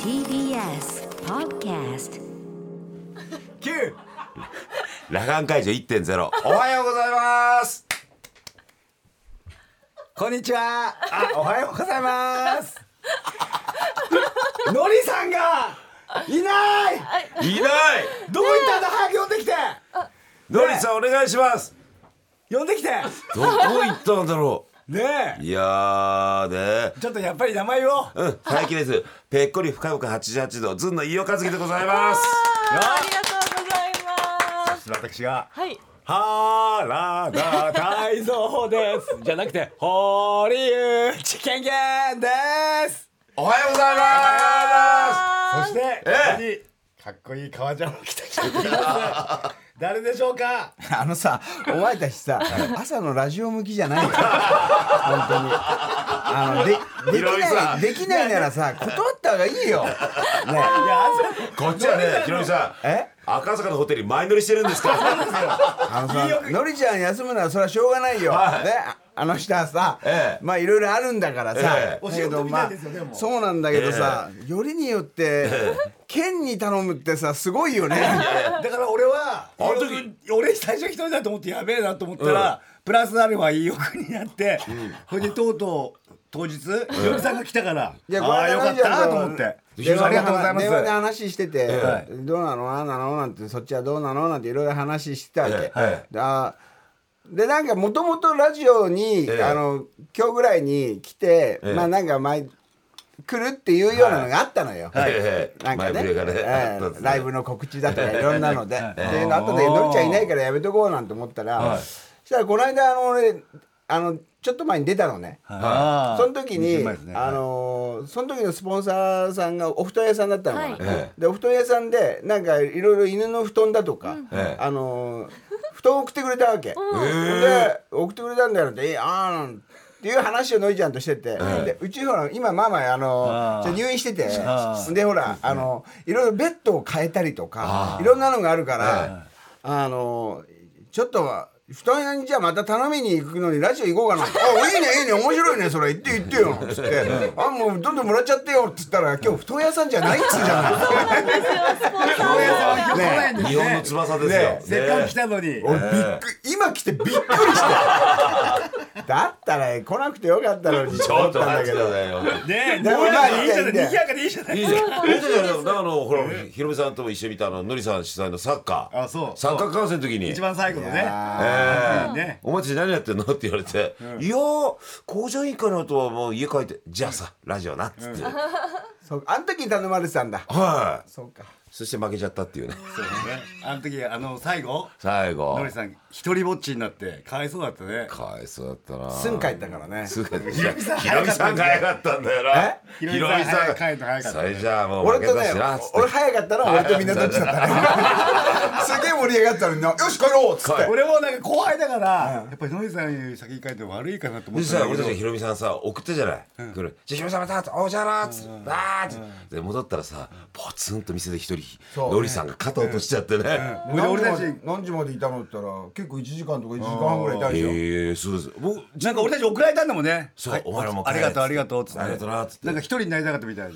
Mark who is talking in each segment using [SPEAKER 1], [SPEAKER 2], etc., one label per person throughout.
[SPEAKER 1] TBS Podcast
[SPEAKER 2] 九。ラガン解除1.0。おはようございます。
[SPEAKER 3] こんにちは。あ、おはようございます。のりさんがいない。
[SPEAKER 2] いない。
[SPEAKER 3] どこ行ったんだ早く呼んできて。
[SPEAKER 2] のりさんお願いします。
[SPEAKER 3] 呼んできて。
[SPEAKER 2] どこ行ったんだろ
[SPEAKER 3] ね
[SPEAKER 2] う。いやーね。
[SPEAKER 3] え。ちょっとやっぱり名前を。よ
[SPEAKER 2] うん、佐伯です。ぺっこり深々88度、ずんの飯尾和樹でございます。
[SPEAKER 4] ありがとうございます。
[SPEAKER 3] っ私が。
[SPEAKER 4] はい。
[SPEAKER 3] 原田泰造です。じゃなくて、堀内健健です。
[SPEAKER 2] おはようございま
[SPEAKER 3] そして、
[SPEAKER 2] え
[SPEAKER 3] ここにかっこいい革ジャンを着てきてくれます。誰でしょうか。
[SPEAKER 5] あのさ、お前たちさ、朝のラジオ向きじ ゃないから。本当に。あの、で、でき
[SPEAKER 2] ヒロミさ
[SPEAKER 5] なんい、できないならさ、断った方がいいよ。ね
[SPEAKER 3] いや、
[SPEAKER 2] す。こっちはね、ひろみさん。
[SPEAKER 5] え
[SPEAKER 2] 赤坂のホテルに前乗りしてるんですから。
[SPEAKER 5] あのさ、のりちゃん休むならそれはしょうがないよ。
[SPEAKER 2] はい
[SPEAKER 5] ね。ああの人はさ、
[SPEAKER 2] ええ
[SPEAKER 5] まあいろいろあるんだからさ、
[SPEAKER 2] え
[SPEAKER 3] え
[SPEAKER 5] だけ
[SPEAKER 3] お仕事
[SPEAKER 5] ど
[SPEAKER 3] み
[SPEAKER 5] ま
[SPEAKER 3] た
[SPEAKER 5] あ
[SPEAKER 3] いですよでも
[SPEAKER 5] そうなんだけどさ、よりによって、県に頼むってさすごいよね。
[SPEAKER 3] だから俺は
[SPEAKER 2] あの時
[SPEAKER 3] 俺最初一人だと思ってやべえなと思ったら、プラスアルファいい欲になって、それでとうとう当日ひろみさんが来たから、
[SPEAKER 5] いや
[SPEAKER 3] ああよかったなと思ってひろみさんありがとうございます
[SPEAKER 5] 電話で話してて、
[SPEAKER 3] え
[SPEAKER 5] どうなのああなのなんてそっちはどうなのなんていろいろ話してたわけ、
[SPEAKER 2] えええ
[SPEAKER 5] であでなんかもともとラジオに、
[SPEAKER 2] ええ
[SPEAKER 5] あの今日ぐらいに来て、
[SPEAKER 2] ええ
[SPEAKER 5] まあなんか前来るっていうようなのがあったのよ、
[SPEAKER 2] はいええ
[SPEAKER 5] なんか
[SPEAKER 2] 前
[SPEAKER 5] ね
[SPEAKER 2] 触れがねあ
[SPEAKER 5] え
[SPEAKER 2] ったんです
[SPEAKER 5] え
[SPEAKER 2] ね
[SPEAKER 5] ライブの告知だとかいろんなので、
[SPEAKER 3] え
[SPEAKER 5] って
[SPEAKER 3] え
[SPEAKER 5] いうのあったんだけどのりちゃんいないからやめとこうなんて思ったら、
[SPEAKER 2] はい
[SPEAKER 5] そしたらこの間あの俺あのちょっと前に出たのね、
[SPEAKER 3] ああ
[SPEAKER 5] その時に、
[SPEAKER 3] うまいですね
[SPEAKER 5] あのーその時のスポンサーさんがお布団屋さんだったのかな、
[SPEAKER 4] はい
[SPEAKER 2] え
[SPEAKER 5] でお布団屋さんでなんかいろいろ犬の布団だとか、
[SPEAKER 2] ええ
[SPEAKER 5] あのー布団を送ってくれたわけ、で送ってくれたんだよって「えあーなん」っていう話をのりちゃんとしてて、でうちほら今ママあのー
[SPEAKER 3] あー
[SPEAKER 5] ちょっと入院してて
[SPEAKER 3] あー
[SPEAKER 5] でほらあのいろいろベッドを変えたりとかいろんなのがあるから、あのーちょっとは布団屋にじゃあまた頼みに行くのにラジオ行こうかな。あ、いいね、いいね、面白いね、それ言って言ってよ。つって、あ、もうどんどんもらっちゃってよ。っつったら、今日布団屋さんじゃないっつうじゃない。
[SPEAKER 4] スポンサ
[SPEAKER 3] ひろみ
[SPEAKER 4] ー
[SPEAKER 3] さんは今日来ないんですね
[SPEAKER 2] 日本の翼ですよ
[SPEAKER 3] ね
[SPEAKER 2] ね
[SPEAKER 3] せっかく来たのに、
[SPEAKER 5] 俺びっくり今来てびっくりしただったら来なくてよかったのに
[SPEAKER 2] ちょっと
[SPEAKER 5] 思たん
[SPEAKER 2] 待って
[SPEAKER 5] だけ
[SPEAKER 2] くだ
[SPEAKER 5] ど
[SPEAKER 2] さいよ。
[SPEAKER 3] ねえ
[SPEAKER 5] でもまあ
[SPEAKER 3] いいじゃない
[SPEAKER 5] いいんだよ
[SPEAKER 3] 賑やかでいいじゃない
[SPEAKER 2] いいじゃん。僕たちはだからあのほらひろみさんとも一緒にいたあののりさん主催のサッカー。
[SPEAKER 3] あそう
[SPEAKER 2] サッカー観戦の時に。
[SPEAKER 3] 一番最後のね
[SPEAKER 2] ええ
[SPEAKER 3] ね
[SPEAKER 2] お待ち何やってんのって言われて、いやー工場委員会の後はもう家帰ってじゃあさラジオなっつって、
[SPEAKER 5] そうあん時に頼まれてたんだ
[SPEAKER 2] はい
[SPEAKER 5] そうか
[SPEAKER 2] そして負けちゃったっていうね
[SPEAKER 3] そうですねあの時あの最後
[SPEAKER 2] 最後
[SPEAKER 3] のりさん一人ぼっちになってかわいそうだったね
[SPEAKER 2] かわいそうだったな
[SPEAKER 5] すん帰ったからね
[SPEAKER 2] すぐ帰って
[SPEAKER 3] ひろみさん
[SPEAKER 2] ひろみさんが早かったんだよな
[SPEAKER 5] え
[SPEAKER 2] ひろみ
[SPEAKER 3] ひろみさん早く帰るの早かった
[SPEAKER 2] それじゃあもう負
[SPEAKER 5] 俺
[SPEAKER 2] け
[SPEAKER 5] と
[SPEAKER 2] た
[SPEAKER 5] ね
[SPEAKER 2] しなっつって
[SPEAKER 5] 俺早かったら俺とみんなどっちだったね すげえ盛り上がったのになよし帰ろうっつっ
[SPEAKER 2] 帰
[SPEAKER 5] て
[SPEAKER 3] 俺もなんか後輩だから、やっぱりノイさんより先に帰っても悪いかなと思
[SPEAKER 2] で
[SPEAKER 3] ってたん
[SPEAKER 2] さ
[SPEAKER 3] だけど
[SPEAKER 2] 俺たちがひろみさんさ送ったじゃない、来るじゃあひろみさんまた会おうじゃあなっつって、あーっつってで戻ったらさポツンと店で一人
[SPEAKER 5] そう
[SPEAKER 2] のりさんが肩落としちゃってね、
[SPEAKER 3] 俺俺たち
[SPEAKER 5] 何時まで何時までいたのって言ったら結構1時間とか1時間半ぐらいいたでしょ
[SPEAKER 2] ええー、そうです僕
[SPEAKER 3] なんか俺たち送られたんだもんね。
[SPEAKER 2] そう
[SPEAKER 3] はい
[SPEAKER 2] お前らも帰
[SPEAKER 3] あ
[SPEAKER 2] れ
[SPEAKER 3] りがとうありがとうっつって。
[SPEAKER 2] ありがとうなっつって
[SPEAKER 3] なんか一人になりたかったみたいで。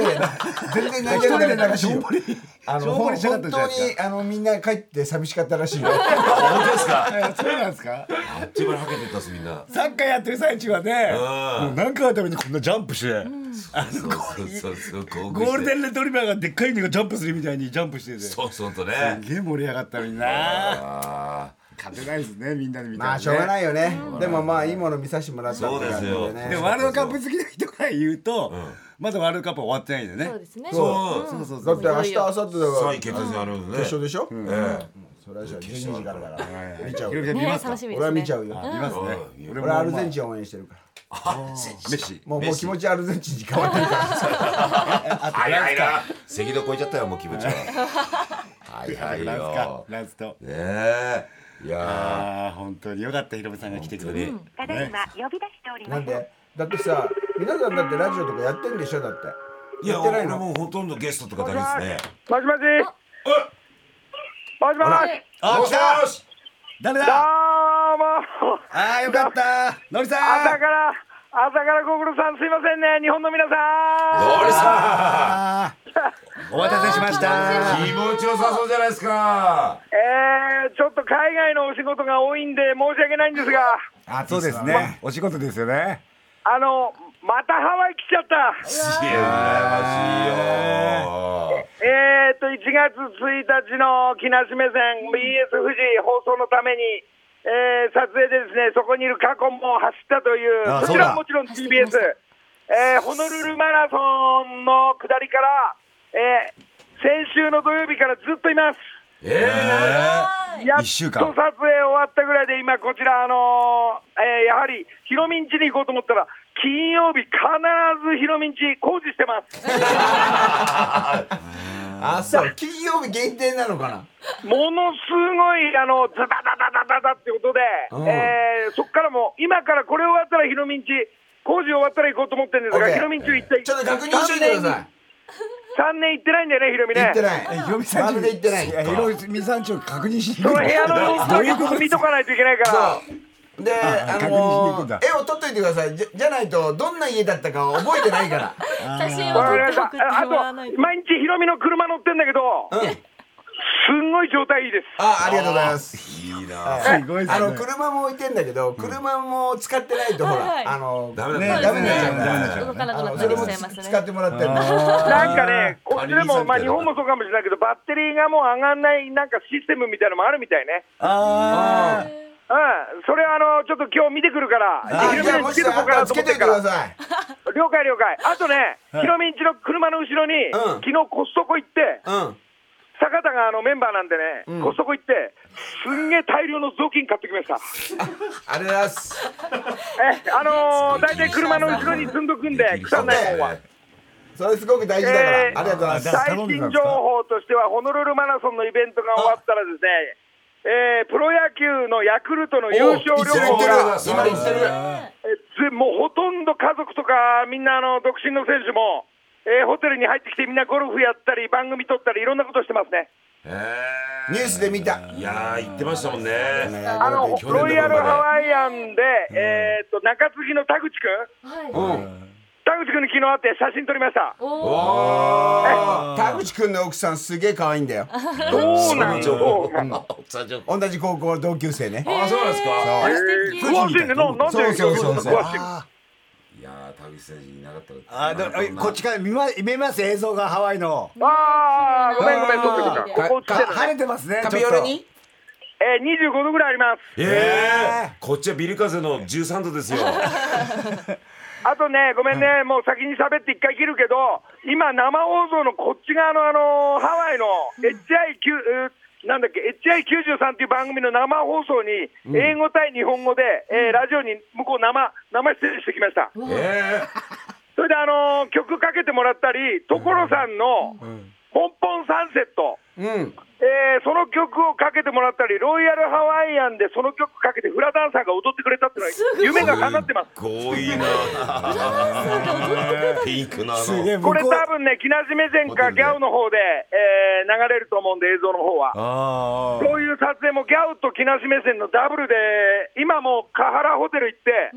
[SPEAKER 5] いやいや全然泣い
[SPEAKER 3] 一
[SPEAKER 5] て
[SPEAKER 3] 人
[SPEAKER 5] な
[SPEAKER 3] で
[SPEAKER 5] い
[SPEAKER 3] なん
[SPEAKER 5] ら
[SPEAKER 3] か
[SPEAKER 5] し
[SPEAKER 3] しょ
[SPEAKER 5] い
[SPEAKER 3] ん
[SPEAKER 5] よ
[SPEAKER 3] ぼり。
[SPEAKER 5] あ
[SPEAKER 3] し
[SPEAKER 5] の
[SPEAKER 3] ょんぼり
[SPEAKER 5] 本
[SPEAKER 3] したかった
[SPEAKER 5] 当
[SPEAKER 3] じゃないです
[SPEAKER 5] にあのみんな帰って寂しかったらしいよ
[SPEAKER 2] 本当ですか
[SPEAKER 3] か。えそうなんですか。
[SPEAKER 2] あっという間にはけてったっすみんな
[SPEAKER 3] サッカーやってる最中はね、
[SPEAKER 2] うん
[SPEAKER 3] もう何回のためにこんなジャンプして、
[SPEAKER 2] そうそうそうそう
[SPEAKER 3] ゴールデ
[SPEAKER 2] ン
[SPEAKER 3] ンレトリバーがでっかい犬がジャンプするみたいにジャンプしてて。す
[SPEAKER 2] そうそうとね
[SPEAKER 3] げえ盛り上がったみんな。
[SPEAKER 2] あ
[SPEAKER 3] 勝てないですねみんなで見たらね
[SPEAKER 5] まあしょうがないよね。でもまあいいもの見させてもらったって感じ
[SPEAKER 2] そうですよ
[SPEAKER 3] で
[SPEAKER 5] ね。
[SPEAKER 3] もワールドカップ好きな人から言うと、まだワールドカップは終わってないんだよね。
[SPEAKER 4] そうですね。
[SPEAKER 2] そう
[SPEAKER 3] そうそうそ
[SPEAKER 5] だ
[SPEAKER 3] う
[SPEAKER 5] って明日明後日だ
[SPEAKER 2] あ
[SPEAKER 5] から
[SPEAKER 2] 3位決定戦あるんでね
[SPEAKER 5] 決勝でしょ。
[SPEAKER 2] ええ
[SPEAKER 5] それはじゃあ12時からだから見ちゃう
[SPEAKER 3] ひろみ
[SPEAKER 5] よ。
[SPEAKER 3] ちゃん見ま、
[SPEAKER 4] ね
[SPEAKER 3] すか。
[SPEAKER 4] 楽しみです
[SPEAKER 5] 俺
[SPEAKER 4] ね。
[SPEAKER 5] は見ちゃう
[SPEAKER 4] よ。
[SPEAKER 5] よ。
[SPEAKER 3] 見ますね。俺も
[SPEAKER 5] 俺はアルゼンチンを応援してるから。
[SPEAKER 3] メッシ。
[SPEAKER 5] もうもう気持ちアルゼンチンに変わってるから。
[SPEAKER 2] 早いな赤道超えちゃったよもう気持ちは早いよ ね
[SPEAKER 3] ラスト。
[SPEAKER 2] えいや
[SPEAKER 3] ああ、本当によかった、ひろみさんが来てくれて。
[SPEAKER 6] ただいま呼び出して おり
[SPEAKER 5] な
[SPEAKER 6] ま
[SPEAKER 5] ん
[SPEAKER 6] す。
[SPEAKER 5] でだってさ皆さんだってラジオとかやってんでしょだって。
[SPEAKER 2] ーいや
[SPEAKER 5] やってな
[SPEAKER 2] 俺
[SPEAKER 5] いの
[SPEAKER 2] もうほとんどゲストとかだけですね
[SPEAKER 7] もしもし。もしもし。
[SPEAKER 3] あー、来た
[SPEAKER 2] よし
[SPEAKER 3] 誰
[SPEAKER 7] ど
[SPEAKER 3] だ
[SPEAKER 7] うも。
[SPEAKER 3] ああ、よかった。のり
[SPEAKER 7] 朝
[SPEAKER 3] さん
[SPEAKER 7] から
[SPEAKER 6] 朝からご苦労さんすいませんね日本の皆さん
[SPEAKER 2] どれさ
[SPEAKER 3] お待たせしました
[SPEAKER 2] 気持ちよさそうじゃないですか
[SPEAKER 6] えー、ちょっと海外のお仕事が多いんで申し訳ないんですが
[SPEAKER 3] あそうですねお仕事ですよね
[SPEAKER 6] あのまたハワイ来ちゃった
[SPEAKER 2] いや羨ましいよ
[SPEAKER 6] えー、と1月1日の木梨目線 BS 富士放送のために、えー撮影でですねそこにいる過去も走ったという
[SPEAKER 3] あ
[SPEAKER 6] こ
[SPEAKER 3] そう
[SPEAKER 6] ち
[SPEAKER 3] だ
[SPEAKER 6] らももちろん TBS、えーホノルルマラソンの下りから、えー先週の土曜日からずっといます。やっ
[SPEAKER 3] 一
[SPEAKER 6] と撮
[SPEAKER 3] 週
[SPEAKER 6] 影
[SPEAKER 3] 間
[SPEAKER 6] 終わったぐらいで、今、こちら、あのーえーやはりヒロミン家に行こうと思ったら、金曜日、必ずヒロミン家、工事してます。
[SPEAKER 5] あそう金曜日限定なのかな
[SPEAKER 6] ものすごい、あの、ズダダダダダダってことで、
[SPEAKER 5] うん
[SPEAKER 6] えーそこからもう、今からこれ終わったらヒロミンチ、工事終わったら行こうと思ってるんですが、
[SPEAKER 5] OK
[SPEAKER 6] ヒロミンチ一体、
[SPEAKER 5] ちょっと確認しといてくださ
[SPEAKER 6] 3年行ってないんだよね、ヒロミ
[SPEAKER 5] い行
[SPEAKER 6] ね
[SPEAKER 5] っ。てない
[SPEAKER 3] えひろみさん
[SPEAKER 5] ま
[SPEAKER 3] ち
[SPEAKER 5] るで行ってない
[SPEAKER 3] やひろみさんちを確認しに
[SPEAKER 6] そ
[SPEAKER 3] 行
[SPEAKER 6] の
[SPEAKER 3] く
[SPEAKER 6] 部屋の様子
[SPEAKER 3] ど
[SPEAKER 6] を
[SPEAKER 3] うい
[SPEAKER 6] ちょ
[SPEAKER 3] う
[SPEAKER 6] っ
[SPEAKER 3] ことと
[SPEAKER 6] 見とかないといけないか
[SPEAKER 5] そ
[SPEAKER 6] ら、
[SPEAKER 5] うで、あ
[SPEAKER 3] 確認しに行く
[SPEAKER 5] の
[SPEAKER 3] んだ
[SPEAKER 5] 絵を撮っといてくださいじゃじゃないとどんな家だったかは覚えてな いから
[SPEAKER 4] 写真を
[SPEAKER 6] わか
[SPEAKER 4] 撮
[SPEAKER 6] り
[SPEAKER 4] っ
[SPEAKER 6] ま
[SPEAKER 4] て
[SPEAKER 6] した
[SPEAKER 4] 送ってもらわ
[SPEAKER 6] あ
[SPEAKER 4] ない
[SPEAKER 6] と、
[SPEAKER 4] と。
[SPEAKER 6] 毎日ヒロミの車乗ってんだけど、
[SPEAKER 5] うん
[SPEAKER 6] すんごい状態いいです。
[SPEAKER 5] あありがとうございます
[SPEAKER 2] いいな
[SPEAKER 3] すごいですね
[SPEAKER 5] あの車も置いてんだけど車も使ってないとほら、
[SPEAKER 4] はいはい
[SPEAKER 5] あの
[SPEAKER 2] ダメだ
[SPEAKER 3] ね
[SPEAKER 2] ダメだ
[SPEAKER 5] ダメになっちゃうから
[SPEAKER 3] ダメになっちゃう
[SPEAKER 5] あの
[SPEAKER 4] 動かなくなった
[SPEAKER 5] それ
[SPEAKER 4] り
[SPEAKER 5] も
[SPEAKER 4] しちゃい
[SPEAKER 5] つ
[SPEAKER 4] ますね。
[SPEAKER 5] 使ってもらってる
[SPEAKER 6] なんかね、こっ
[SPEAKER 2] 管
[SPEAKER 6] ち
[SPEAKER 2] 理
[SPEAKER 6] で
[SPEAKER 2] 人さ
[SPEAKER 6] も、
[SPEAKER 2] んみたいな
[SPEAKER 6] まあ、日本もそうかもしれないけど、バッテリーがもう上がんない、なんかシステムみたいなのもあるみたいね。
[SPEAKER 3] あ
[SPEAKER 6] うん、それはあの、ちょっと今日見てくるから、
[SPEAKER 5] あ
[SPEAKER 6] ヒロ
[SPEAKER 5] じゃあ
[SPEAKER 6] ミ
[SPEAKER 5] も
[SPEAKER 6] につ
[SPEAKER 5] し
[SPEAKER 6] けとこ
[SPEAKER 5] あっ
[SPEAKER 6] うかな
[SPEAKER 5] た
[SPEAKER 6] と
[SPEAKER 5] つけ
[SPEAKER 6] 思
[SPEAKER 5] とい
[SPEAKER 6] ってる
[SPEAKER 5] て
[SPEAKER 6] か
[SPEAKER 5] く
[SPEAKER 6] ら
[SPEAKER 5] だ。さい
[SPEAKER 6] 了解了解あとね、ヒロミんちの車の後ろに、
[SPEAKER 5] うん
[SPEAKER 6] 昨日コストコ行って
[SPEAKER 5] うん
[SPEAKER 6] 坂田があのメンバーなんでね、
[SPEAKER 5] ん
[SPEAKER 6] コストコ行ってすんげえ大量の雑巾買ってきました
[SPEAKER 5] ありがとうございます
[SPEAKER 6] えあのー、大体車の後ろに積んどくんで腐んないもんは、
[SPEAKER 5] それすごく大事だから、
[SPEAKER 6] えー
[SPEAKER 5] ありがとうございま
[SPEAKER 3] だ
[SPEAKER 5] す
[SPEAKER 6] 最新情報としてはホノルルマラソンのイベントが終わったらですねえープロ野球のヤクルトの優勝
[SPEAKER 5] お行ってる
[SPEAKER 6] 旅行
[SPEAKER 5] 行
[SPEAKER 6] が
[SPEAKER 5] ってる今行ってる
[SPEAKER 6] えぜもうほとんど家族とか、みんなあの独身の選手も、えーホテルに入ってきて、みんなゴルフやったり、番組撮ったり、いろんなことしてますね。
[SPEAKER 5] ニュースで見た
[SPEAKER 2] いやー言ってましたもんね
[SPEAKER 6] あの
[SPEAKER 2] 去
[SPEAKER 6] ロ
[SPEAKER 2] 年
[SPEAKER 6] イヤ
[SPEAKER 2] の
[SPEAKER 6] ル
[SPEAKER 2] 頃
[SPEAKER 6] ハ
[SPEAKER 2] ま
[SPEAKER 6] ワイアンで、えーっと中継ぎの田口君、
[SPEAKER 4] はい。
[SPEAKER 6] 田口君に昨日会って写真撮りました。
[SPEAKER 4] おお。
[SPEAKER 5] 田口くんの奥さんすげえ可愛いんだよ
[SPEAKER 6] そうなん
[SPEAKER 2] で
[SPEAKER 6] ですす
[SPEAKER 2] よ
[SPEAKER 6] よ。
[SPEAKER 5] 同じ高校同級生ね
[SPEAKER 2] あそうなんですか
[SPEAKER 4] 素
[SPEAKER 6] えー
[SPEAKER 4] 敵。
[SPEAKER 6] 詳しいね、ななんで
[SPEAKER 5] そうそうそう
[SPEAKER 6] そん
[SPEAKER 5] そ
[SPEAKER 6] な
[SPEAKER 5] う
[SPEAKER 6] 詳しいの
[SPEAKER 2] いやー田口選手いなかったら
[SPEAKER 3] ああでもこっちから見ま見えます映像がハワイの
[SPEAKER 6] あー、ごめんごめん、撮ってきた。
[SPEAKER 5] あー
[SPEAKER 6] ここ映ってる
[SPEAKER 3] 晴
[SPEAKER 6] ね。
[SPEAKER 3] れてますね
[SPEAKER 5] カピオラに
[SPEAKER 6] えー、25度ぐらいあります。
[SPEAKER 2] ええこっちはビル風の13度ですよ
[SPEAKER 6] あとね、ごめんね、もう先に喋って一回切るけど、今、生放送のこっち側の、あのハワイの HI9、なんだっけ、HI93 っていう番組の生放送に、英語対日本語で、えーラジオに向こう生、生出演してきました。
[SPEAKER 2] え
[SPEAKER 6] それで、あのー曲かけてもらったり、所さんの、ポンポンサンセット。
[SPEAKER 5] うん
[SPEAKER 6] えーその曲をかけてもらったり、ロイヤルハワイアンでその曲かけて、フラダンサーが踊ってくれたっていうのは、夢が叶ってます。
[SPEAKER 2] ー強引なピンクのあ
[SPEAKER 3] すげえ向
[SPEAKER 2] の
[SPEAKER 6] これ
[SPEAKER 3] こ
[SPEAKER 6] 多
[SPEAKER 3] う
[SPEAKER 6] 分ね、木梨目線かギャオの方で、えー流れると思うんで、映像の方は。
[SPEAKER 3] あ
[SPEAKER 6] こういう撮影もギャオと木梨目線のダブルで、今もうカハラホテル行って、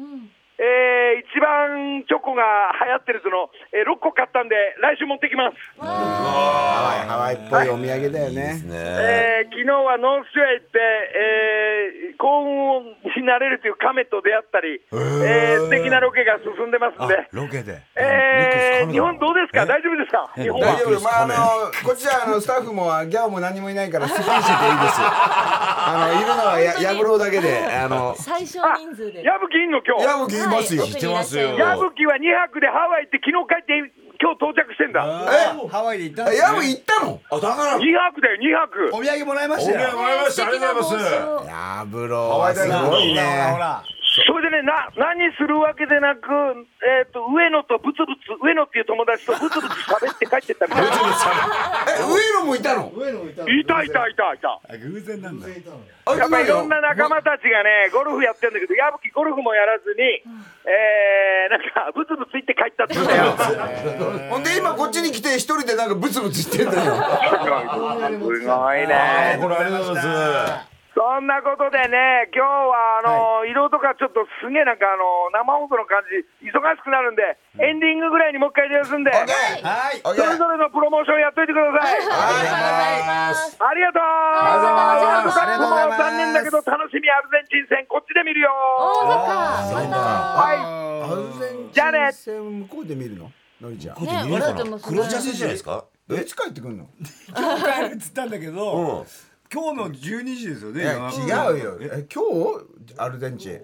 [SPEAKER 6] えー一番チョコが流行ってるその、え6個買ったんで、来週持ってきます。
[SPEAKER 5] ハワイハワイっぽいお土産だよね
[SPEAKER 2] ね
[SPEAKER 6] えー昨日はノースショア行って、えー幸運になれるという亀と出会ったり、えー素敵なロケが進んでますんで、
[SPEAKER 3] ロケで
[SPEAKER 6] えー日本どうですか、大丈夫ですか、日本
[SPEAKER 5] 大
[SPEAKER 6] は。
[SPEAKER 5] 丈夫まああのこっちはあのスタッフもギャオも何もいない からスピーしてていいですよあのいるのはややぶろうだけであの
[SPEAKER 4] 最小人数で。
[SPEAKER 6] 矢吹いんの今日
[SPEAKER 5] ヤブキいますよ
[SPEAKER 4] はい
[SPEAKER 2] 来てますよ
[SPEAKER 6] 矢吹は2泊でハワイ行って昨日帰って今日到着してんだ
[SPEAKER 5] え
[SPEAKER 3] ハワイで行ったんですね
[SPEAKER 5] ヤブ行ったの
[SPEAKER 2] あだから
[SPEAKER 6] 2泊だよ2泊
[SPEAKER 3] お土産もらいま
[SPEAKER 2] お
[SPEAKER 3] し
[SPEAKER 2] 土
[SPEAKER 3] た
[SPEAKER 2] 産
[SPEAKER 3] よ
[SPEAKER 2] もらいましたありがとうございます
[SPEAKER 4] す。
[SPEAKER 5] ヤブロ
[SPEAKER 2] ハ
[SPEAKER 5] ー
[SPEAKER 2] ワイだ
[SPEAKER 5] はす
[SPEAKER 2] よ
[SPEAKER 5] ごい
[SPEAKER 3] ほらほ
[SPEAKER 5] ね
[SPEAKER 3] ら
[SPEAKER 6] それでねな何するわけでなく、えー、と上野とブツブツ上野っていう友達とブツブツ喋って帰ってったみたい
[SPEAKER 5] え上野もいたの
[SPEAKER 6] いたいたいたいた
[SPEAKER 3] あ偶然なんだ
[SPEAKER 5] あ
[SPEAKER 6] やっぱりいろんな仲間たちがね、ゴルフやってるんだけど、矢吹ゴルフもやらずに、えー、なんか、ブツブツいって帰ったって言うんだよ。
[SPEAKER 5] ほんで今こっちに来て一人でなんかブツブツ言ってんだよ。
[SPEAKER 6] すごいね。
[SPEAKER 2] これありがとうございます
[SPEAKER 6] そんなことでね、今日はあの、移動とかちょっとすげえなんかあの生放送の感じ、忙しくなるんで、エンディングぐらいにもう一回出ますん
[SPEAKER 5] オ
[SPEAKER 6] で、
[SPEAKER 5] ッケー
[SPEAKER 3] はい
[SPEAKER 5] オッケ
[SPEAKER 6] そ
[SPEAKER 5] ー
[SPEAKER 6] れぞれのプロモーションやっといてください。
[SPEAKER 2] あ
[SPEAKER 6] ありがとう
[SPEAKER 3] ありがとうございます
[SPEAKER 6] もう残念だけど楽しみアルゼンチン戦、こっちで見るよ
[SPEAKER 4] おお、そ
[SPEAKER 2] そ
[SPEAKER 4] っ
[SPEAKER 2] う
[SPEAKER 4] か。
[SPEAKER 5] ア
[SPEAKER 4] ま
[SPEAKER 5] ルゼン
[SPEAKER 6] じゃあね
[SPEAKER 5] チン戦向こうで見るののりち
[SPEAKER 2] ー
[SPEAKER 5] ゃん
[SPEAKER 2] これ
[SPEAKER 4] ね
[SPEAKER 2] 見るか
[SPEAKER 4] 笑って
[SPEAKER 2] な
[SPEAKER 4] ます
[SPEAKER 2] ク
[SPEAKER 4] ね
[SPEAKER 2] ロアチア戦じゃないですか
[SPEAKER 5] えいつ帰ってくんの
[SPEAKER 3] 今日帰るっつったんだけ
[SPEAKER 2] う
[SPEAKER 3] ど、
[SPEAKER 2] ん
[SPEAKER 3] 今日の12時ですよね
[SPEAKER 5] いや違うよえ今日アルゼンチン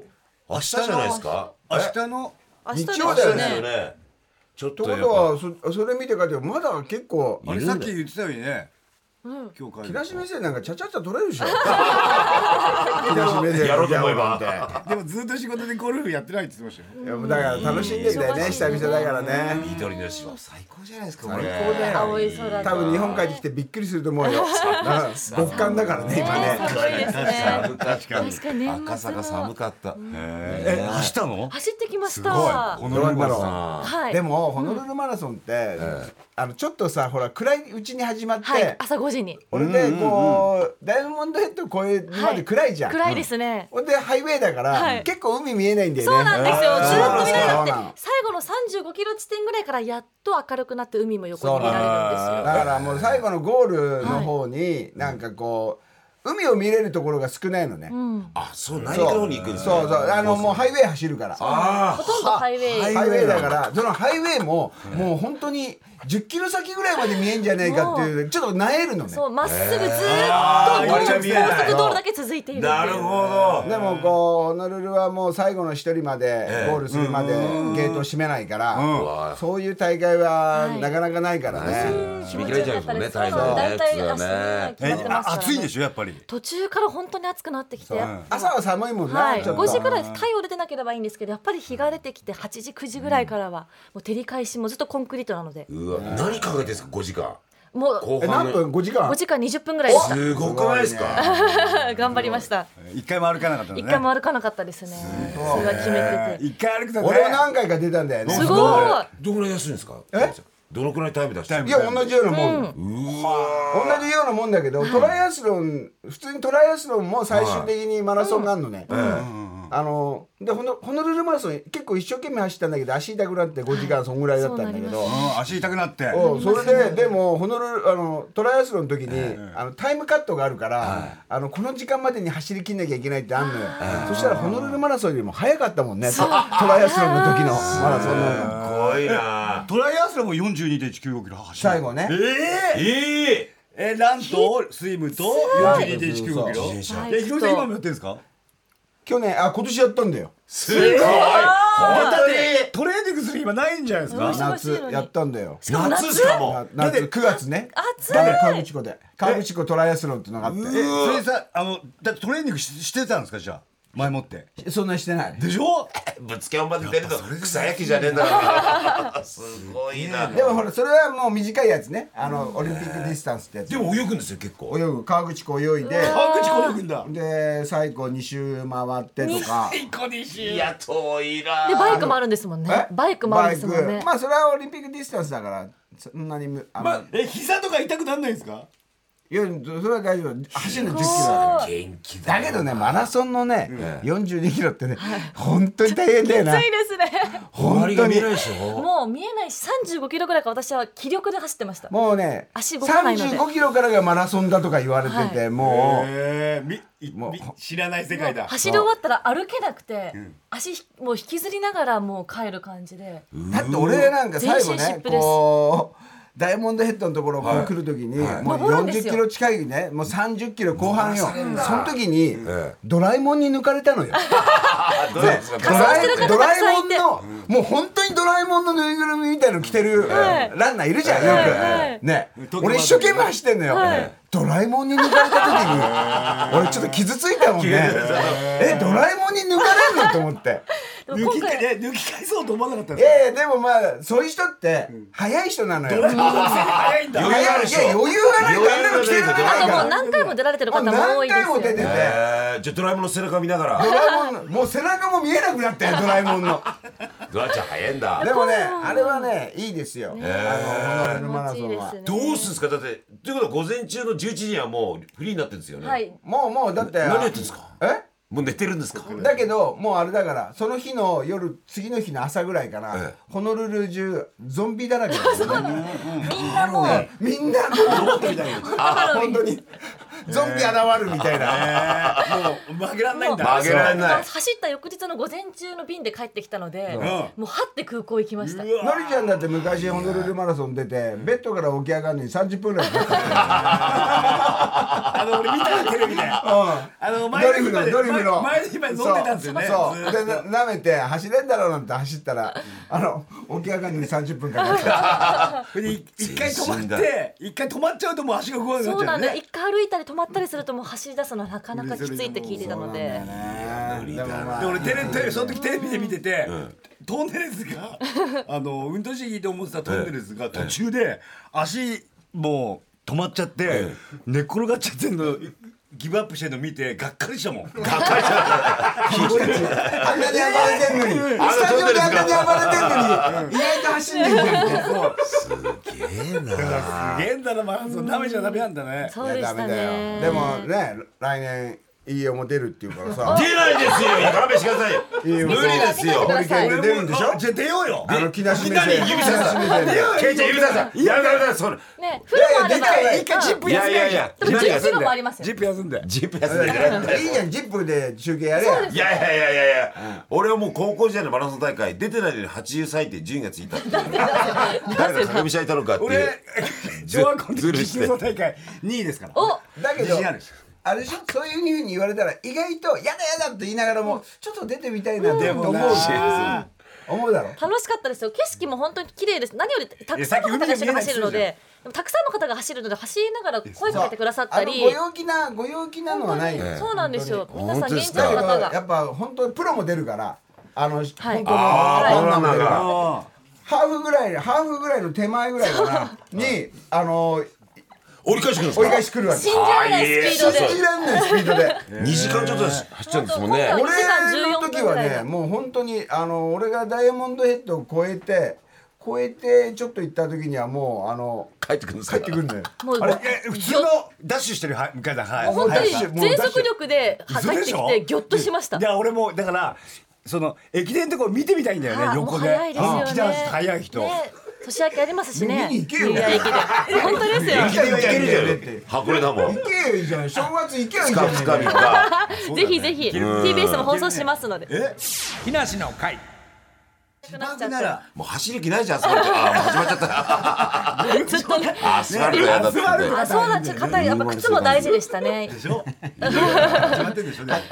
[SPEAKER 2] 明日じゃないですか
[SPEAKER 3] 明日の
[SPEAKER 4] た明日
[SPEAKER 5] 日曜
[SPEAKER 2] そ
[SPEAKER 5] だ
[SPEAKER 4] です
[SPEAKER 2] うですよ
[SPEAKER 4] ね。
[SPEAKER 2] ねちょっ
[SPEAKER 5] って
[SPEAKER 2] と
[SPEAKER 5] こ
[SPEAKER 2] やっ
[SPEAKER 5] と
[SPEAKER 2] ぱ
[SPEAKER 5] はそそれ見て帰ってまだ結構
[SPEAKER 3] あれさっき言ってたようにね今日帰る
[SPEAKER 5] 木梨目線なんかちゃちゃっちゃ取れるでしょ木梨目線
[SPEAKER 2] やろうと思えば
[SPEAKER 5] みたいな
[SPEAKER 3] でもずっと仕事でゴルフやってないって言ってましたよ
[SPEAKER 5] いやもうだから楽しんでんだよね久々だからね
[SPEAKER 2] 緑の芝最高じゃないですか
[SPEAKER 5] 最
[SPEAKER 2] これ
[SPEAKER 5] 高だよ
[SPEAKER 4] 青い空
[SPEAKER 5] 多分日本帰ってきてびっくりすると思うようん極寒だからね今
[SPEAKER 4] ね
[SPEAKER 5] ね
[SPEAKER 4] 寒いですね。
[SPEAKER 2] 寒かった
[SPEAKER 4] 確かに年末は
[SPEAKER 2] 赤坂寒かった
[SPEAKER 3] え明日の
[SPEAKER 4] 走ってきました。
[SPEAKER 5] このなんだろう
[SPEAKER 4] はい。
[SPEAKER 5] でもホノルルマラソンって、あのちょっとさほら暗いうちに始まって、
[SPEAKER 4] はい、朝5時に。
[SPEAKER 5] 俺でこう、ダイヤモンドヘッド越えるまで暗いじゃん、
[SPEAKER 4] 暗いですね。
[SPEAKER 5] ほんでハイウェイだから、
[SPEAKER 4] はい
[SPEAKER 5] 結構海見えないんだよね
[SPEAKER 4] そうなんですよ。ずっと見られ
[SPEAKER 5] そ
[SPEAKER 4] な
[SPEAKER 5] うなの
[SPEAKER 4] くて、最後の35キロ地点ぐらいからやっと明るくなって海も横に見られるん
[SPEAKER 5] だからもう最後のゴールの方になんかこう、海を見れるところが少ないのね、
[SPEAKER 2] あそう内陸
[SPEAKER 5] そう
[SPEAKER 2] の方に行くんですね
[SPEAKER 5] そうそうあのもうハイウェイ走るから
[SPEAKER 2] あ
[SPEAKER 4] ですよ。ほとんどハイウェイ。
[SPEAKER 5] ハイウェイだからそのハイウェイももう本当に10キロ先ぐらいまで見えんじゃないかっていうちょっとなえるのね
[SPEAKER 4] そう、まっすぐずーっ
[SPEAKER 3] あー
[SPEAKER 4] と
[SPEAKER 3] あれじゃ見えない
[SPEAKER 4] 高速道路だけ続いているっていう。
[SPEAKER 2] なるほど
[SPEAKER 5] でもこうホノルルはもう最後の一人までゴールするまでゲートを閉めないから、
[SPEAKER 2] うわ
[SPEAKER 5] そういう大会は
[SPEAKER 4] はい
[SPEAKER 5] なかなかないからね、
[SPEAKER 2] 響きられちゃいますもんね大
[SPEAKER 4] そう
[SPEAKER 2] 変ね
[SPEAKER 4] 大体
[SPEAKER 2] 普通はね
[SPEAKER 4] 明日には決まってますからね
[SPEAKER 3] 暑いでしょやっぱり
[SPEAKER 4] 途中から本当に暑くなってきて、やっぱ
[SPEAKER 5] 朝は寒いもんな、
[SPEAKER 4] はい、
[SPEAKER 5] ちょっ
[SPEAKER 4] 5時
[SPEAKER 5] と
[SPEAKER 4] くらい太陽出てなければいいんですけどやっぱり日が出てきて8時9時ぐらいからはもう照り返しもずっとコンクリートなので
[SPEAKER 2] うわ何考えてるんですか5時間
[SPEAKER 4] もう
[SPEAKER 2] 後
[SPEAKER 5] え
[SPEAKER 2] 半の
[SPEAKER 5] 何分5時間
[SPEAKER 4] 5時間20分ぐらいでした
[SPEAKER 2] すごくないですか
[SPEAKER 4] 頑張りました
[SPEAKER 3] 一回も歩かなかったのね
[SPEAKER 4] 一回も歩かなかったですねそれは決めてて
[SPEAKER 3] 一回歩くとね
[SPEAKER 5] 俺は何回か出たんだよね
[SPEAKER 4] すごい
[SPEAKER 2] どのくらい安いんですか
[SPEAKER 5] え
[SPEAKER 2] どのくらいタイム出して
[SPEAKER 3] タ
[SPEAKER 2] る
[SPEAKER 3] イム
[SPEAKER 5] いや同じようなもん、
[SPEAKER 2] うわ
[SPEAKER 5] 同じようなもんだけど、トライアスロン普通にトライアスロンも最終的にマラソンがあるのね、あのでホノホノルルマラソン結構一生懸命走ったんだけど足痛くなって5時間そんぐらいだったんだけど、
[SPEAKER 3] うん足痛くなって
[SPEAKER 5] うんそれででもホノルルあのトライアスロンの時に、あのタイムカットがあるから、あのこの時間までに走りきんなきゃいけないってあんのよ、そしたらホノルルマラソンよりも早かったもんねトトライアスロンの時のマラソンの
[SPEAKER 2] すごいな
[SPEAKER 3] トライアスロンも42.195キロ走る
[SPEAKER 5] 最後ね
[SPEAKER 3] ええ
[SPEAKER 2] ええ
[SPEAKER 3] えランとスイムと42.195キロ
[SPEAKER 5] そう
[SPEAKER 2] 自転車
[SPEAKER 3] え、ひろちゃん今もやってるんですか
[SPEAKER 5] 去年あ今年やったんだよ
[SPEAKER 2] すごい本当に
[SPEAKER 3] トレーニングする今ないんじゃないですか
[SPEAKER 4] 忙しい
[SPEAKER 5] 夏
[SPEAKER 4] のに
[SPEAKER 5] やったんだよ
[SPEAKER 4] も夏
[SPEAKER 2] 夏ですかも
[SPEAKER 5] な夏9月ね
[SPEAKER 4] 暑い
[SPEAKER 5] だから河口湖で河口湖トライアスロンってのがあっ
[SPEAKER 3] え、
[SPEAKER 5] て
[SPEAKER 3] それさあのだってトレーニングししてたんですかじゃあ前もって
[SPEAKER 5] そんなしてない
[SPEAKER 3] でしょ
[SPEAKER 2] ぶつけ本番で出ると草野球じゃねえんだからすごいな
[SPEAKER 5] でもほらそれはもう短いやつねあのオリンピックディスタンスってやつ
[SPEAKER 2] でも泳ぐんですよ結構
[SPEAKER 5] 泳ぐ河口湖泳いで
[SPEAKER 3] あ口こねくんだ
[SPEAKER 5] で最後2周回ってとか
[SPEAKER 2] いや遠いな
[SPEAKER 4] でバイクもあるんですもんね
[SPEAKER 5] え
[SPEAKER 4] バイクもあるんですもん
[SPEAKER 5] バイ
[SPEAKER 4] ね
[SPEAKER 5] クまあそれはオリンピックディスタンスだからそんなにむあの、
[SPEAKER 3] まあ、え膝とか痛くなんないんですか
[SPEAKER 5] いやそれは大丈夫走るの10キロだから
[SPEAKER 2] 元気だ
[SPEAKER 5] だけどねマラソンのね、42キロってね、本当に大変だよ
[SPEAKER 4] 暑
[SPEAKER 5] ない
[SPEAKER 4] ですね
[SPEAKER 5] 本当
[SPEAKER 2] が見
[SPEAKER 5] に
[SPEAKER 2] えないでしょ
[SPEAKER 4] もう見えないし35キロぐらいから私は気力で走ってました
[SPEAKER 5] もうね
[SPEAKER 4] 足動かないので
[SPEAKER 5] 35キロからがマラソンだとか言われてて、
[SPEAKER 4] はい
[SPEAKER 5] もう
[SPEAKER 3] えー、みい
[SPEAKER 5] もう
[SPEAKER 3] み知らない世界だ
[SPEAKER 4] 走り終わったら歩けなくて、足ひもう引きずりながらもう帰る感じで、
[SPEAKER 5] だって俺なんか最後
[SPEAKER 4] 全身湿
[SPEAKER 5] ね
[SPEAKER 4] 布です
[SPEAKER 5] こうダイヤモンドヘッドのところをこう来る時に、もう
[SPEAKER 4] 登るんです
[SPEAKER 5] 40
[SPEAKER 4] よ
[SPEAKER 5] キロ近いねもう30キロ後半よその時にドラえもんに抜かれたのよ。
[SPEAKER 2] あどうなんですか
[SPEAKER 5] ド
[SPEAKER 4] 仮装してる方
[SPEAKER 5] ラ
[SPEAKER 4] たく
[SPEAKER 5] え
[SPEAKER 4] さん
[SPEAKER 5] も
[SPEAKER 4] い
[SPEAKER 5] ん
[SPEAKER 4] て
[SPEAKER 5] のもう本当にドラえもんのぬいぐるみみたいの着てる
[SPEAKER 4] はい
[SPEAKER 5] ランナーいるじゃんよ
[SPEAKER 4] はいはい
[SPEAKER 5] くね
[SPEAKER 3] 時
[SPEAKER 5] 俺一生懸命走ってんのよ
[SPEAKER 4] はい
[SPEAKER 5] ドラえもんに抜かれた 時に俺ちょっと傷ついたもんねえドラえもんに抜かれんのと思って
[SPEAKER 4] でも
[SPEAKER 3] 抜
[SPEAKER 4] 今
[SPEAKER 3] きか
[SPEAKER 4] 回
[SPEAKER 3] ね抜き返そうと思わなかったん
[SPEAKER 5] い
[SPEAKER 3] ですか
[SPEAKER 5] やいやでもまあそういう人って早い人なのよ
[SPEAKER 3] 俺の癖が 早いんだ
[SPEAKER 5] 余裕あるいや余裕がないとあんなの着てられない
[SPEAKER 4] あと
[SPEAKER 5] か
[SPEAKER 4] も
[SPEAKER 5] ら
[SPEAKER 4] う何回も出られてる方も多いです
[SPEAKER 5] も
[SPEAKER 4] よ
[SPEAKER 5] う何回も出て
[SPEAKER 4] ね
[SPEAKER 5] て
[SPEAKER 2] えー、じゃあドラえもんの背中見ながら
[SPEAKER 5] ドラえもんのもう背中も見えなくなったよドラえもんの
[SPEAKER 2] ドラちゃん早いん
[SPEAKER 5] で
[SPEAKER 2] だ
[SPEAKER 5] もねあれはねいいですよあのホノルルマラソンは
[SPEAKER 2] どうすんですかだってということは午前中の11時にはもうフリーになってるんですよね、
[SPEAKER 4] はい
[SPEAKER 5] もうもうだって
[SPEAKER 2] 何やってんですか
[SPEAKER 5] え
[SPEAKER 2] もう寝てるんですか
[SPEAKER 5] だけどもうあれだからその日の夜次の日の朝ぐらいかな、
[SPEAKER 2] ええ
[SPEAKER 5] ホノルル中ゾンビだら けですよね
[SPEAKER 4] みんなもう
[SPEAKER 5] みんなも う本当にゾンビ現るみたいな、
[SPEAKER 3] もう曲げらんないんだ
[SPEAKER 2] 曲げられ
[SPEAKER 4] ま
[SPEAKER 2] な
[SPEAKER 4] あ
[SPEAKER 2] い
[SPEAKER 4] 走った翌日の午前中の便で帰ってきたので、
[SPEAKER 3] ん
[SPEAKER 4] もうはって空港行きました
[SPEAKER 3] うわ
[SPEAKER 5] のりちゃんだって昔ホノルルマラソン出てベッドから起き上がるのに30分ぐらいかかった
[SPEAKER 3] あの俺見たのテレビであの前の
[SPEAKER 5] ドリ
[SPEAKER 3] 日
[SPEAKER 5] フ
[SPEAKER 3] まで
[SPEAKER 5] のドリフの
[SPEAKER 3] 前の日まで飲んでたんですよね
[SPEAKER 5] そう
[SPEAKER 3] ず
[SPEAKER 5] そ
[SPEAKER 3] ーっ
[SPEAKER 5] う
[SPEAKER 3] と
[SPEAKER 5] でな舐めて走れんだろうなんて走ったらあの起き上がるのに30分かかった
[SPEAKER 3] それでい一回止
[SPEAKER 2] 全身
[SPEAKER 3] ま
[SPEAKER 2] だ
[SPEAKER 3] って一回止まっちゃうともう足が動かなくなっ
[SPEAKER 4] そう
[SPEAKER 3] ちゃ
[SPEAKER 4] な
[SPEAKER 3] うんね
[SPEAKER 4] で一回歩いたり止まったりするともう走り出すのはなかなかきついって聞いてたので
[SPEAKER 5] ねでもまあ
[SPEAKER 3] で俺テレテレその時テレビで見てて、トンネルズがあの運動神経と思ってたトンネルズが途中で足もう止まっちゃって、寝っ転がっちゃってんのギブアップしてんの見てがっかりしたもん。
[SPEAKER 5] あんなに暴れてんのにスタジオであんなに暴れてんのに意外と走んねんじゃんみたい
[SPEAKER 2] え
[SPEAKER 5] な
[SPEAKER 2] えな
[SPEAKER 3] 現代のマラソン舐めちゃダメなんだね。
[SPEAKER 4] そう
[SPEAKER 5] い
[SPEAKER 4] で
[SPEAKER 5] やダ
[SPEAKER 4] した
[SPEAKER 5] メだ
[SPEAKER 4] ね
[SPEAKER 5] よでもね来年いいおも出るっていうからさ
[SPEAKER 2] 出ないですよ勘弁してくださいよ
[SPEAKER 5] いいよ
[SPEAKER 2] 無理ですよ
[SPEAKER 5] ホリケンで出るんでしょ
[SPEAKER 3] あじゃあ出ようよ。
[SPEAKER 5] あの木梨目
[SPEAKER 2] みんなに
[SPEAKER 5] 線
[SPEAKER 2] 指さす
[SPEAKER 5] 木梨目線
[SPEAKER 2] ケイちゃん指ささやめてやめてそれ
[SPEAKER 4] ねフルもあれば
[SPEAKER 5] いやいやでかい
[SPEAKER 4] うん
[SPEAKER 5] 一回ジッ
[SPEAKER 2] いやいやいや何が
[SPEAKER 4] ジップもありますよ
[SPEAKER 3] ジップ休んで。
[SPEAKER 2] ジップ休んでんじゃないんだよ
[SPEAKER 5] いいじゃんジップで中継やれや
[SPEAKER 2] いやいやいやいやいや、俺はもう高校時代のマラソン大会出てないのに80歳って順位がついたっていう誰が影武者いたのかってい
[SPEAKER 3] 俺
[SPEAKER 2] う
[SPEAKER 3] 小学校の
[SPEAKER 2] ず
[SPEAKER 3] 時
[SPEAKER 2] るして
[SPEAKER 3] 実装大会2位ですから。
[SPEAKER 4] お
[SPEAKER 5] だけ
[SPEAKER 3] 自
[SPEAKER 5] ど
[SPEAKER 3] 信あるでしょ
[SPEAKER 5] あれでしょそういうふうに言われたら意外と「やだやだ」って言いながらもちょっと出てみたいなって
[SPEAKER 3] で
[SPEAKER 5] 思
[SPEAKER 3] も
[SPEAKER 5] う
[SPEAKER 3] な
[SPEAKER 5] 思うだろ
[SPEAKER 4] 楽しかったですよ景色も本当に綺麗です何よりたくさんの方が一緒に走
[SPEAKER 3] い
[SPEAKER 4] るの
[SPEAKER 3] やさっき海で見えない
[SPEAKER 4] ででもたくさんの方が走るので走りながら声かけてくださった
[SPEAKER 5] あの
[SPEAKER 4] り
[SPEAKER 5] ご陽気なご陽気なのはないよ
[SPEAKER 4] そうなんですよ皆
[SPEAKER 2] 本
[SPEAKER 4] さん
[SPEAKER 2] 当で
[SPEAKER 4] 現
[SPEAKER 2] す
[SPEAKER 4] 地
[SPEAKER 2] か
[SPEAKER 5] だ
[SPEAKER 4] の
[SPEAKER 5] けど
[SPEAKER 4] 方
[SPEAKER 5] や
[SPEAKER 4] が
[SPEAKER 5] っぱ本当にプロも出るからあの、本当の
[SPEAKER 2] あー
[SPEAKER 5] ランナーも出るから
[SPEAKER 2] ランナ
[SPEAKER 3] あ
[SPEAKER 5] ハーフぐらいハーフぐらいの手前ぐらいかなにあの
[SPEAKER 2] 折り返してくるんですか
[SPEAKER 5] 折り返してくるわけ
[SPEAKER 4] 信じられないスピード
[SPEAKER 2] あ
[SPEAKER 5] 信
[SPEAKER 2] い
[SPEAKER 5] じ
[SPEAKER 4] で
[SPEAKER 5] らんないスピードで。
[SPEAKER 2] 2時間ちょっと走っちゃうんですもん
[SPEAKER 4] 本
[SPEAKER 2] ね
[SPEAKER 4] 当
[SPEAKER 5] 俺
[SPEAKER 4] 一時間
[SPEAKER 5] の時
[SPEAKER 4] 14分ぐ
[SPEAKER 5] は
[SPEAKER 4] らい
[SPEAKER 5] ね
[SPEAKER 4] で
[SPEAKER 5] もう本当にあの俺がダイヤモンドヘッドを越えて越えてちょっと行った時にはもうあの
[SPEAKER 2] 帰ってくるんです
[SPEAKER 5] 帰
[SPEAKER 2] か
[SPEAKER 5] ってくるんだよ
[SPEAKER 4] もう
[SPEAKER 3] あれえ普通のダッシュしてるは向井さんはい。
[SPEAKER 4] もう本当
[SPEAKER 5] ダッシュもう
[SPEAKER 4] に全
[SPEAKER 5] ダッシュ
[SPEAKER 4] 速力で
[SPEAKER 3] 嘘
[SPEAKER 4] 入っ
[SPEAKER 3] で
[SPEAKER 4] て
[SPEAKER 3] し
[SPEAKER 4] き
[SPEAKER 3] ょ
[SPEAKER 4] てギョッとしました
[SPEAKER 3] いや俺もだからその駅伝のところ見てみたいんだよ
[SPEAKER 4] あ
[SPEAKER 3] ね
[SPEAKER 4] ーもう
[SPEAKER 3] 横で
[SPEAKER 4] 早いですよね
[SPEAKER 3] うん来た早い人、
[SPEAKER 4] ね年明けありますしね
[SPEAKER 5] 見に行けよ
[SPEAKER 4] いや行けよ本当ですよ
[SPEAKER 2] 駅伝はいけるじゃん箱根だもん
[SPEAKER 5] 行けよいいじゃん正月行けよい
[SPEAKER 2] つ
[SPEAKER 5] いじゃ
[SPEAKER 2] か
[SPEAKER 5] ん
[SPEAKER 2] つかみか
[SPEAKER 4] ぜひぜひ TBS も放送しますので
[SPEAKER 3] え
[SPEAKER 7] 木梨の会
[SPEAKER 4] なくなっち
[SPEAKER 3] だ
[SPEAKER 4] ゃっ
[SPEAKER 3] か
[SPEAKER 4] た
[SPEAKER 3] ら
[SPEAKER 2] もう走る気ないじゃんアスファルトあーもう始まっちゃった
[SPEAKER 4] ずっとね
[SPEAKER 2] アスファルトやだって
[SPEAKER 3] アスファルト
[SPEAKER 4] あそうなんですよ硬いやっぱ靴も大事でしたね
[SPEAKER 3] でしょ始まってんでしょね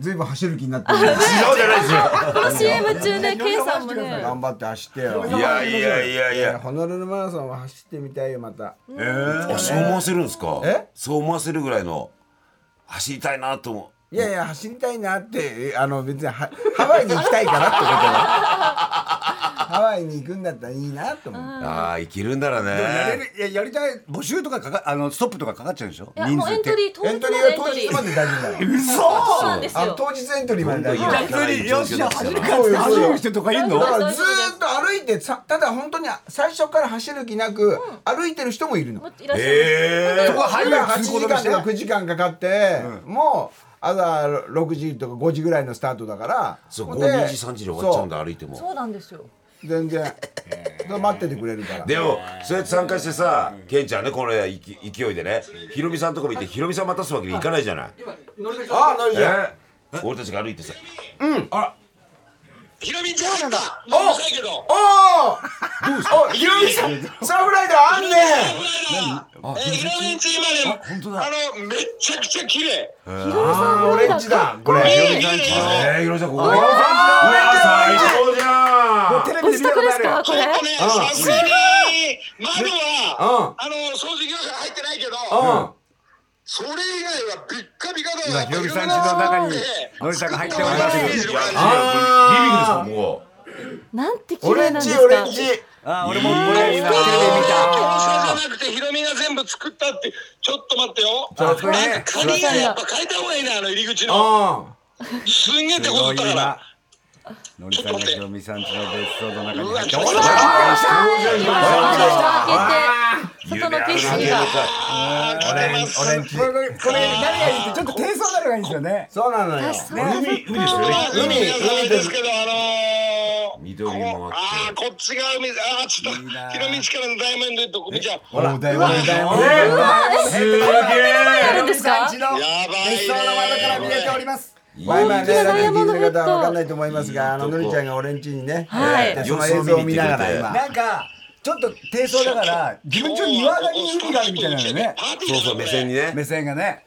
[SPEAKER 5] ずいぶん走る気になってるね
[SPEAKER 2] 違うじゃないですよ
[SPEAKER 4] この CM 中ね K さんもね
[SPEAKER 5] 頑張って走ってよ
[SPEAKER 2] いやいやいやいや
[SPEAKER 5] ホノルルマラソンは走ってみたいよまた
[SPEAKER 2] あそう思わせるんですか
[SPEAKER 5] え
[SPEAKER 2] そう思わせるぐらいの走りたいなと思
[SPEAKER 5] いやいや走りたいなってえあの別にはハワイに行きたいから ってことはハワイに行くんだったらいいなと思
[SPEAKER 2] う
[SPEAKER 5] う
[SPEAKER 2] ああいけるんだろう
[SPEAKER 3] でもやれ
[SPEAKER 2] ね
[SPEAKER 3] るいややりたい募集とかかかあのストップとかかかっちゃうでしょ
[SPEAKER 4] いや
[SPEAKER 3] 人
[SPEAKER 4] もう
[SPEAKER 3] 数
[SPEAKER 4] エ
[SPEAKER 3] っ
[SPEAKER 4] ン
[SPEAKER 3] て
[SPEAKER 4] トリー当
[SPEAKER 5] エ
[SPEAKER 4] 日
[SPEAKER 5] ン
[SPEAKER 4] の
[SPEAKER 5] トリーは当
[SPEAKER 4] エン
[SPEAKER 5] 日
[SPEAKER 4] ト
[SPEAKER 5] ま
[SPEAKER 4] リー
[SPEAKER 5] で大事だよ
[SPEAKER 4] そう
[SPEAKER 2] 嘘
[SPEAKER 4] なんです
[SPEAKER 5] あの
[SPEAKER 4] よ
[SPEAKER 5] 当日エントリーまで大事
[SPEAKER 2] 本当
[SPEAKER 5] だ
[SPEAKER 3] 普
[SPEAKER 2] に
[SPEAKER 5] よ
[SPEAKER 3] 通によっしゃ走るか
[SPEAKER 5] そう
[SPEAKER 3] って
[SPEAKER 5] よそう
[SPEAKER 3] 走
[SPEAKER 5] よ
[SPEAKER 3] る人とかいんの
[SPEAKER 5] だからずーっと歩いてさただ本当に最初から走る気なく歩いてる人もいるの、
[SPEAKER 4] もういらっしゃいます
[SPEAKER 2] え
[SPEAKER 3] そこは
[SPEAKER 5] だか
[SPEAKER 3] 入る
[SPEAKER 5] ら8
[SPEAKER 3] 通
[SPEAKER 5] 時
[SPEAKER 3] 行止め
[SPEAKER 5] 間
[SPEAKER 3] して
[SPEAKER 5] とか9時間かかって、もう朝6時とか5時ぐらいのスタートだから
[SPEAKER 2] そう
[SPEAKER 5] ほ
[SPEAKER 2] 5
[SPEAKER 5] んで
[SPEAKER 2] 時3時に終わっちゃうんだ歩いても
[SPEAKER 4] そうなんですよ
[SPEAKER 5] そう全然そう待っててくれるから
[SPEAKER 2] でもそうやって参加してさケンちゃんねこの勢勢いでねヒロミさんとか見てヒロミさん待たすわけにいかないじゃない
[SPEAKER 5] あなるじゃん
[SPEAKER 2] え俺たちが歩いてさ
[SPEAKER 8] ひろみちゃんなんだ。おいけど。
[SPEAKER 5] おーおひろみさんサムライダーあんね
[SPEAKER 8] えーひろみちゃん今ね、あの、めっちゃくちゃ綺麗。
[SPEAKER 5] あーオレンジだこ
[SPEAKER 8] いいい
[SPEAKER 5] れ
[SPEAKER 8] いいい
[SPEAKER 2] えーヒロミさんここうわ
[SPEAKER 5] あ
[SPEAKER 2] 最高じゃん
[SPEAKER 3] テレ
[SPEAKER 4] ご
[SPEAKER 3] ビで見
[SPEAKER 4] 自
[SPEAKER 3] たこ
[SPEAKER 4] 宅
[SPEAKER 3] と
[SPEAKER 4] で
[SPEAKER 3] あ
[SPEAKER 4] す
[SPEAKER 3] るよ
[SPEAKER 4] かこれ
[SPEAKER 8] ちょっとね、さすがに、窓は、
[SPEAKER 5] う
[SPEAKER 8] あの、掃除業者入ってないけど、
[SPEAKER 5] うん
[SPEAKER 8] それ以外はビッカビカだ
[SPEAKER 3] 今ひよみさん家の中にのりさんが入っております
[SPEAKER 2] あーリビングですかここ
[SPEAKER 4] なんて綺
[SPEAKER 5] 俺
[SPEAKER 4] 麗
[SPEAKER 5] ん
[SPEAKER 4] なんで
[SPEAKER 5] ち
[SPEAKER 4] すか。
[SPEAKER 5] 俺んち
[SPEAKER 3] あー俺もこれ今テレビ
[SPEAKER 8] たじ
[SPEAKER 3] 見た
[SPEAKER 8] ゃなくてヒロミが全部作ったってちょっと待ってよなん
[SPEAKER 5] これね
[SPEAKER 8] か鍵がやっぱ変えた方がいいなあの入り口の
[SPEAKER 5] あ
[SPEAKER 8] すんげえ手
[SPEAKER 3] す
[SPEAKER 8] こ
[SPEAKER 3] ご
[SPEAKER 8] ずっ
[SPEAKER 3] い
[SPEAKER 8] たから
[SPEAKER 3] 今のりさんがひろみさんちの別荘の中に入って
[SPEAKER 8] うわ
[SPEAKER 3] お
[SPEAKER 8] ちょっと
[SPEAKER 3] ら
[SPEAKER 4] 開けて外の景色が。
[SPEAKER 8] あー来てます
[SPEAKER 3] 俺んち
[SPEAKER 5] これこれこれ
[SPEAKER 3] 何がいいってちょっと低層なのがいいんですよね
[SPEAKER 5] そうなのよ
[SPEAKER 2] 海海ですよね
[SPEAKER 8] 海海ですけど、あのー、
[SPEAKER 2] 緑も
[SPEAKER 8] こ
[SPEAKER 2] あ
[SPEAKER 8] あー
[SPEAKER 2] っ
[SPEAKER 8] こっちが海、あーちょっと、ひろみちからの大門でどこ見ちゃう。
[SPEAKER 3] ほら大門大門
[SPEAKER 2] すげえ
[SPEAKER 4] あるんですか。
[SPEAKER 8] やばいね
[SPEAKER 3] 別荘の窓から見えております
[SPEAKER 5] まあまあね、
[SPEAKER 4] 本
[SPEAKER 5] なんか聞
[SPEAKER 4] 当だ
[SPEAKER 5] いてる方は分かんない
[SPEAKER 4] 山の
[SPEAKER 5] と思いますが、あののりちゃんが俺ん家にね、
[SPEAKER 4] はい
[SPEAKER 5] えーその映像を見ながら今。
[SPEAKER 3] なんかちょっと低層だから自分ちの庭側に海があるみたいなのよね
[SPEAKER 8] パーティーだ
[SPEAKER 2] そうそう目線にね
[SPEAKER 3] 目線がね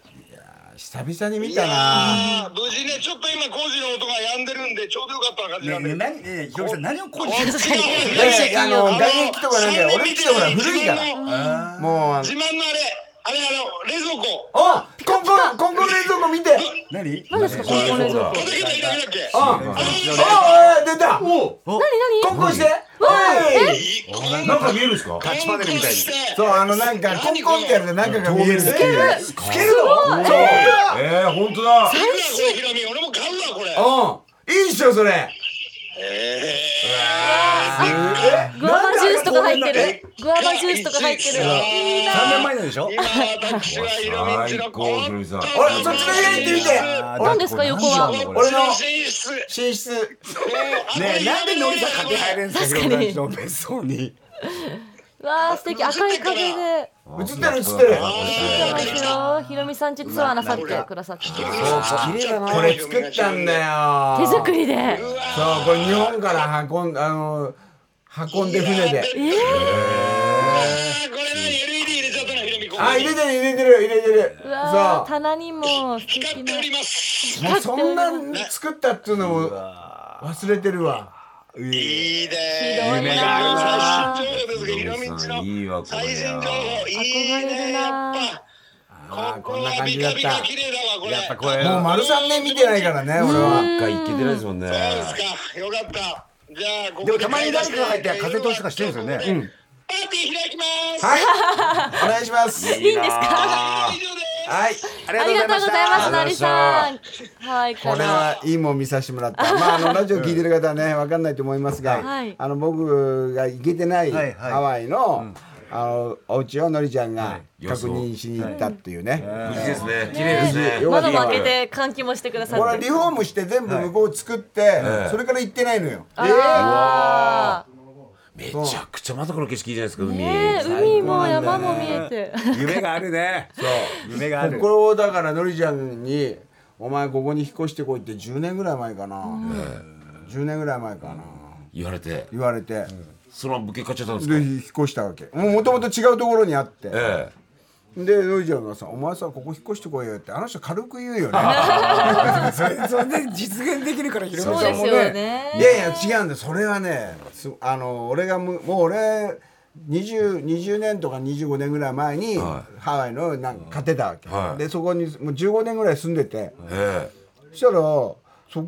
[SPEAKER 5] 久々に見
[SPEAKER 8] い
[SPEAKER 5] た
[SPEAKER 8] やー
[SPEAKER 5] な。
[SPEAKER 8] 無事ね、ちょっと今工事の音が止んでるんで、ちょうどよかった感じ
[SPEAKER 3] ね
[SPEAKER 8] なん
[SPEAKER 3] ね
[SPEAKER 8] で。
[SPEAKER 3] 何ねひろみさん何をこう
[SPEAKER 8] こっちが
[SPEAKER 5] いやいや、あの、外壁とかなんか、俺ん家ほら古いか
[SPEAKER 8] 自慢
[SPEAKER 5] ら。
[SPEAKER 8] の
[SPEAKER 5] もう、あの
[SPEAKER 8] 自慢のあれ、あれあの、冷蔵庫。
[SPEAKER 5] あ、コンコン、コンコン冷蔵庫見て。
[SPEAKER 3] 何
[SPEAKER 4] 何ですかこの冷蔵庫。
[SPEAKER 8] 届けたいだけだっけ。
[SPEAKER 5] あ、あ、あ出た。コ
[SPEAKER 4] 何何。
[SPEAKER 5] ンコンして。おい。
[SPEAKER 8] いいこん
[SPEAKER 2] なんか見えるんですか
[SPEAKER 8] タッチパネルみたいに。
[SPEAKER 5] そう、あの、なんか、コンコンってやると、中が見える。透ける。透けるの。そう。
[SPEAKER 2] えー本当
[SPEAKER 8] い
[SPEAKER 2] だ
[SPEAKER 8] くらこれヒロミ、俺も買うわこれ。
[SPEAKER 5] うん。いいっしょ、それ。
[SPEAKER 4] グアバジュースとか入ってる。グアバジュースとか入って
[SPEAKER 3] 3
[SPEAKER 4] る。
[SPEAKER 3] 年前のでしょ
[SPEAKER 8] 今私はヒロミんちのこ
[SPEAKER 2] 最高ヒロミさん
[SPEAKER 8] こ
[SPEAKER 5] 俺、そっちの部屋行ってみて。
[SPEAKER 4] 何ですか横は
[SPEAKER 3] なんだこれ
[SPEAKER 5] 俺の
[SPEAKER 8] 寝室。ね
[SPEAKER 5] 寝室。
[SPEAKER 3] ねえなんでのりさん勝手に入れるんですかひろ
[SPEAKER 4] 確か
[SPEAKER 3] み
[SPEAKER 4] に
[SPEAKER 3] さんちの別荘に
[SPEAKER 4] わあ素敵赤い影で。
[SPEAKER 5] 映ってる、映ってる。
[SPEAKER 4] そうですよひろみさんちツアーなさってくださって。
[SPEAKER 5] 綺麗だな。これ作ったんだよ。
[SPEAKER 4] 手作りで。
[SPEAKER 5] そうこれ日本から運んあの運んで船で
[SPEAKER 4] ええ
[SPEAKER 8] あこれ何 LED 入れちゃったなヒロミここ
[SPEAKER 5] あ入
[SPEAKER 8] に
[SPEAKER 5] れてる入れてる入れてる
[SPEAKER 4] うわあ
[SPEAKER 5] そ
[SPEAKER 4] 棚にも素
[SPEAKER 8] 光
[SPEAKER 4] 敵
[SPEAKER 8] って
[SPEAKER 4] な
[SPEAKER 8] お。ります。
[SPEAKER 5] うもうそんなん作ったっていうのも忘れてるわ
[SPEAKER 8] いいね。
[SPEAKER 4] 広いなあ
[SPEAKER 8] 最新情報ですがヒロミんち
[SPEAKER 2] さんいいわ
[SPEAKER 8] の
[SPEAKER 2] これ
[SPEAKER 8] 最新情報。いい
[SPEAKER 4] 憧れ
[SPEAKER 8] ね
[SPEAKER 4] る
[SPEAKER 8] や
[SPEAKER 4] な
[SPEAKER 8] っぱ。
[SPEAKER 5] あー
[SPEAKER 8] こ
[SPEAKER 5] こん
[SPEAKER 8] こ
[SPEAKER 5] な
[SPEAKER 8] は
[SPEAKER 5] 感
[SPEAKER 8] ビ
[SPEAKER 5] じだっ
[SPEAKER 8] カビカ
[SPEAKER 5] た
[SPEAKER 8] 綺麗だわこれ。やっぱこ
[SPEAKER 3] れ
[SPEAKER 5] もう丸3年見てないからね俺は
[SPEAKER 2] 一回行けてないですもんね
[SPEAKER 8] そうですか。よかった。じゃあここ
[SPEAKER 3] でもたまに誰かが入って風通しとかしてるんですよね
[SPEAKER 8] パーティー開きます。
[SPEAKER 5] はいお願いします
[SPEAKER 4] いいんですか。
[SPEAKER 8] 以上です。
[SPEAKER 5] はい
[SPEAKER 3] あ
[SPEAKER 4] ありがとうございます、
[SPEAKER 2] あ
[SPEAKER 4] な
[SPEAKER 2] り
[SPEAKER 4] り
[SPEAKER 2] が
[SPEAKER 4] さん。はい、
[SPEAKER 5] これはいいもん見させてもら った。まあ、あのラジオ聞いてる方はね、わかんないと思いますが、
[SPEAKER 4] はい
[SPEAKER 5] あの僕が行けてない
[SPEAKER 3] はいはい
[SPEAKER 5] ハワイの。あのお家をのりちゃんが確認しに行ったっていうね。
[SPEAKER 2] 無事ですね綺麗ですね
[SPEAKER 5] よかった
[SPEAKER 4] 窓も開けて換気もしてくださ
[SPEAKER 5] これは
[SPEAKER 4] っ
[SPEAKER 5] リ
[SPEAKER 4] て。
[SPEAKER 5] フォームして全部向こう作って、それから行ってないのよ。
[SPEAKER 4] あ
[SPEAKER 2] めちゃくちゃまたこの景色いいじゃないですか
[SPEAKER 4] ー
[SPEAKER 2] 海
[SPEAKER 4] ねえ海も山も見えて。
[SPEAKER 3] 夢があるね夢がある
[SPEAKER 5] これをだからのりちゃんに「お前ここに引っ越してこい」って10年ぐらい前かな、10年ぐらい前かな
[SPEAKER 2] 言われて
[SPEAKER 5] 言われて、
[SPEAKER 2] その物件買っちゃったんです
[SPEAKER 5] で
[SPEAKER 2] か
[SPEAKER 5] 引っ越したわけもともと違うところにあって、
[SPEAKER 2] え
[SPEAKER 5] でノイちゃんがさ「お前さここ引っ越してこいよ」ってあの人軽く言うよね
[SPEAKER 3] それそれで実現できるからひろみ
[SPEAKER 4] そう
[SPEAKER 3] さ
[SPEAKER 4] で
[SPEAKER 3] ん
[SPEAKER 4] す
[SPEAKER 3] も
[SPEAKER 4] よ
[SPEAKER 3] ね
[SPEAKER 5] い
[SPEAKER 4] ね。
[SPEAKER 5] やいや違うんだよそれはねすあの俺がむもう俺 20, 20年とか25年ぐらい前に、ハワイのなんか勝てたわけ、
[SPEAKER 2] はい
[SPEAKER 5] でそこにもう15年ぐらい住んでて
[SPEAKER 2] ええ
[SPEAKER 5] そしたらそ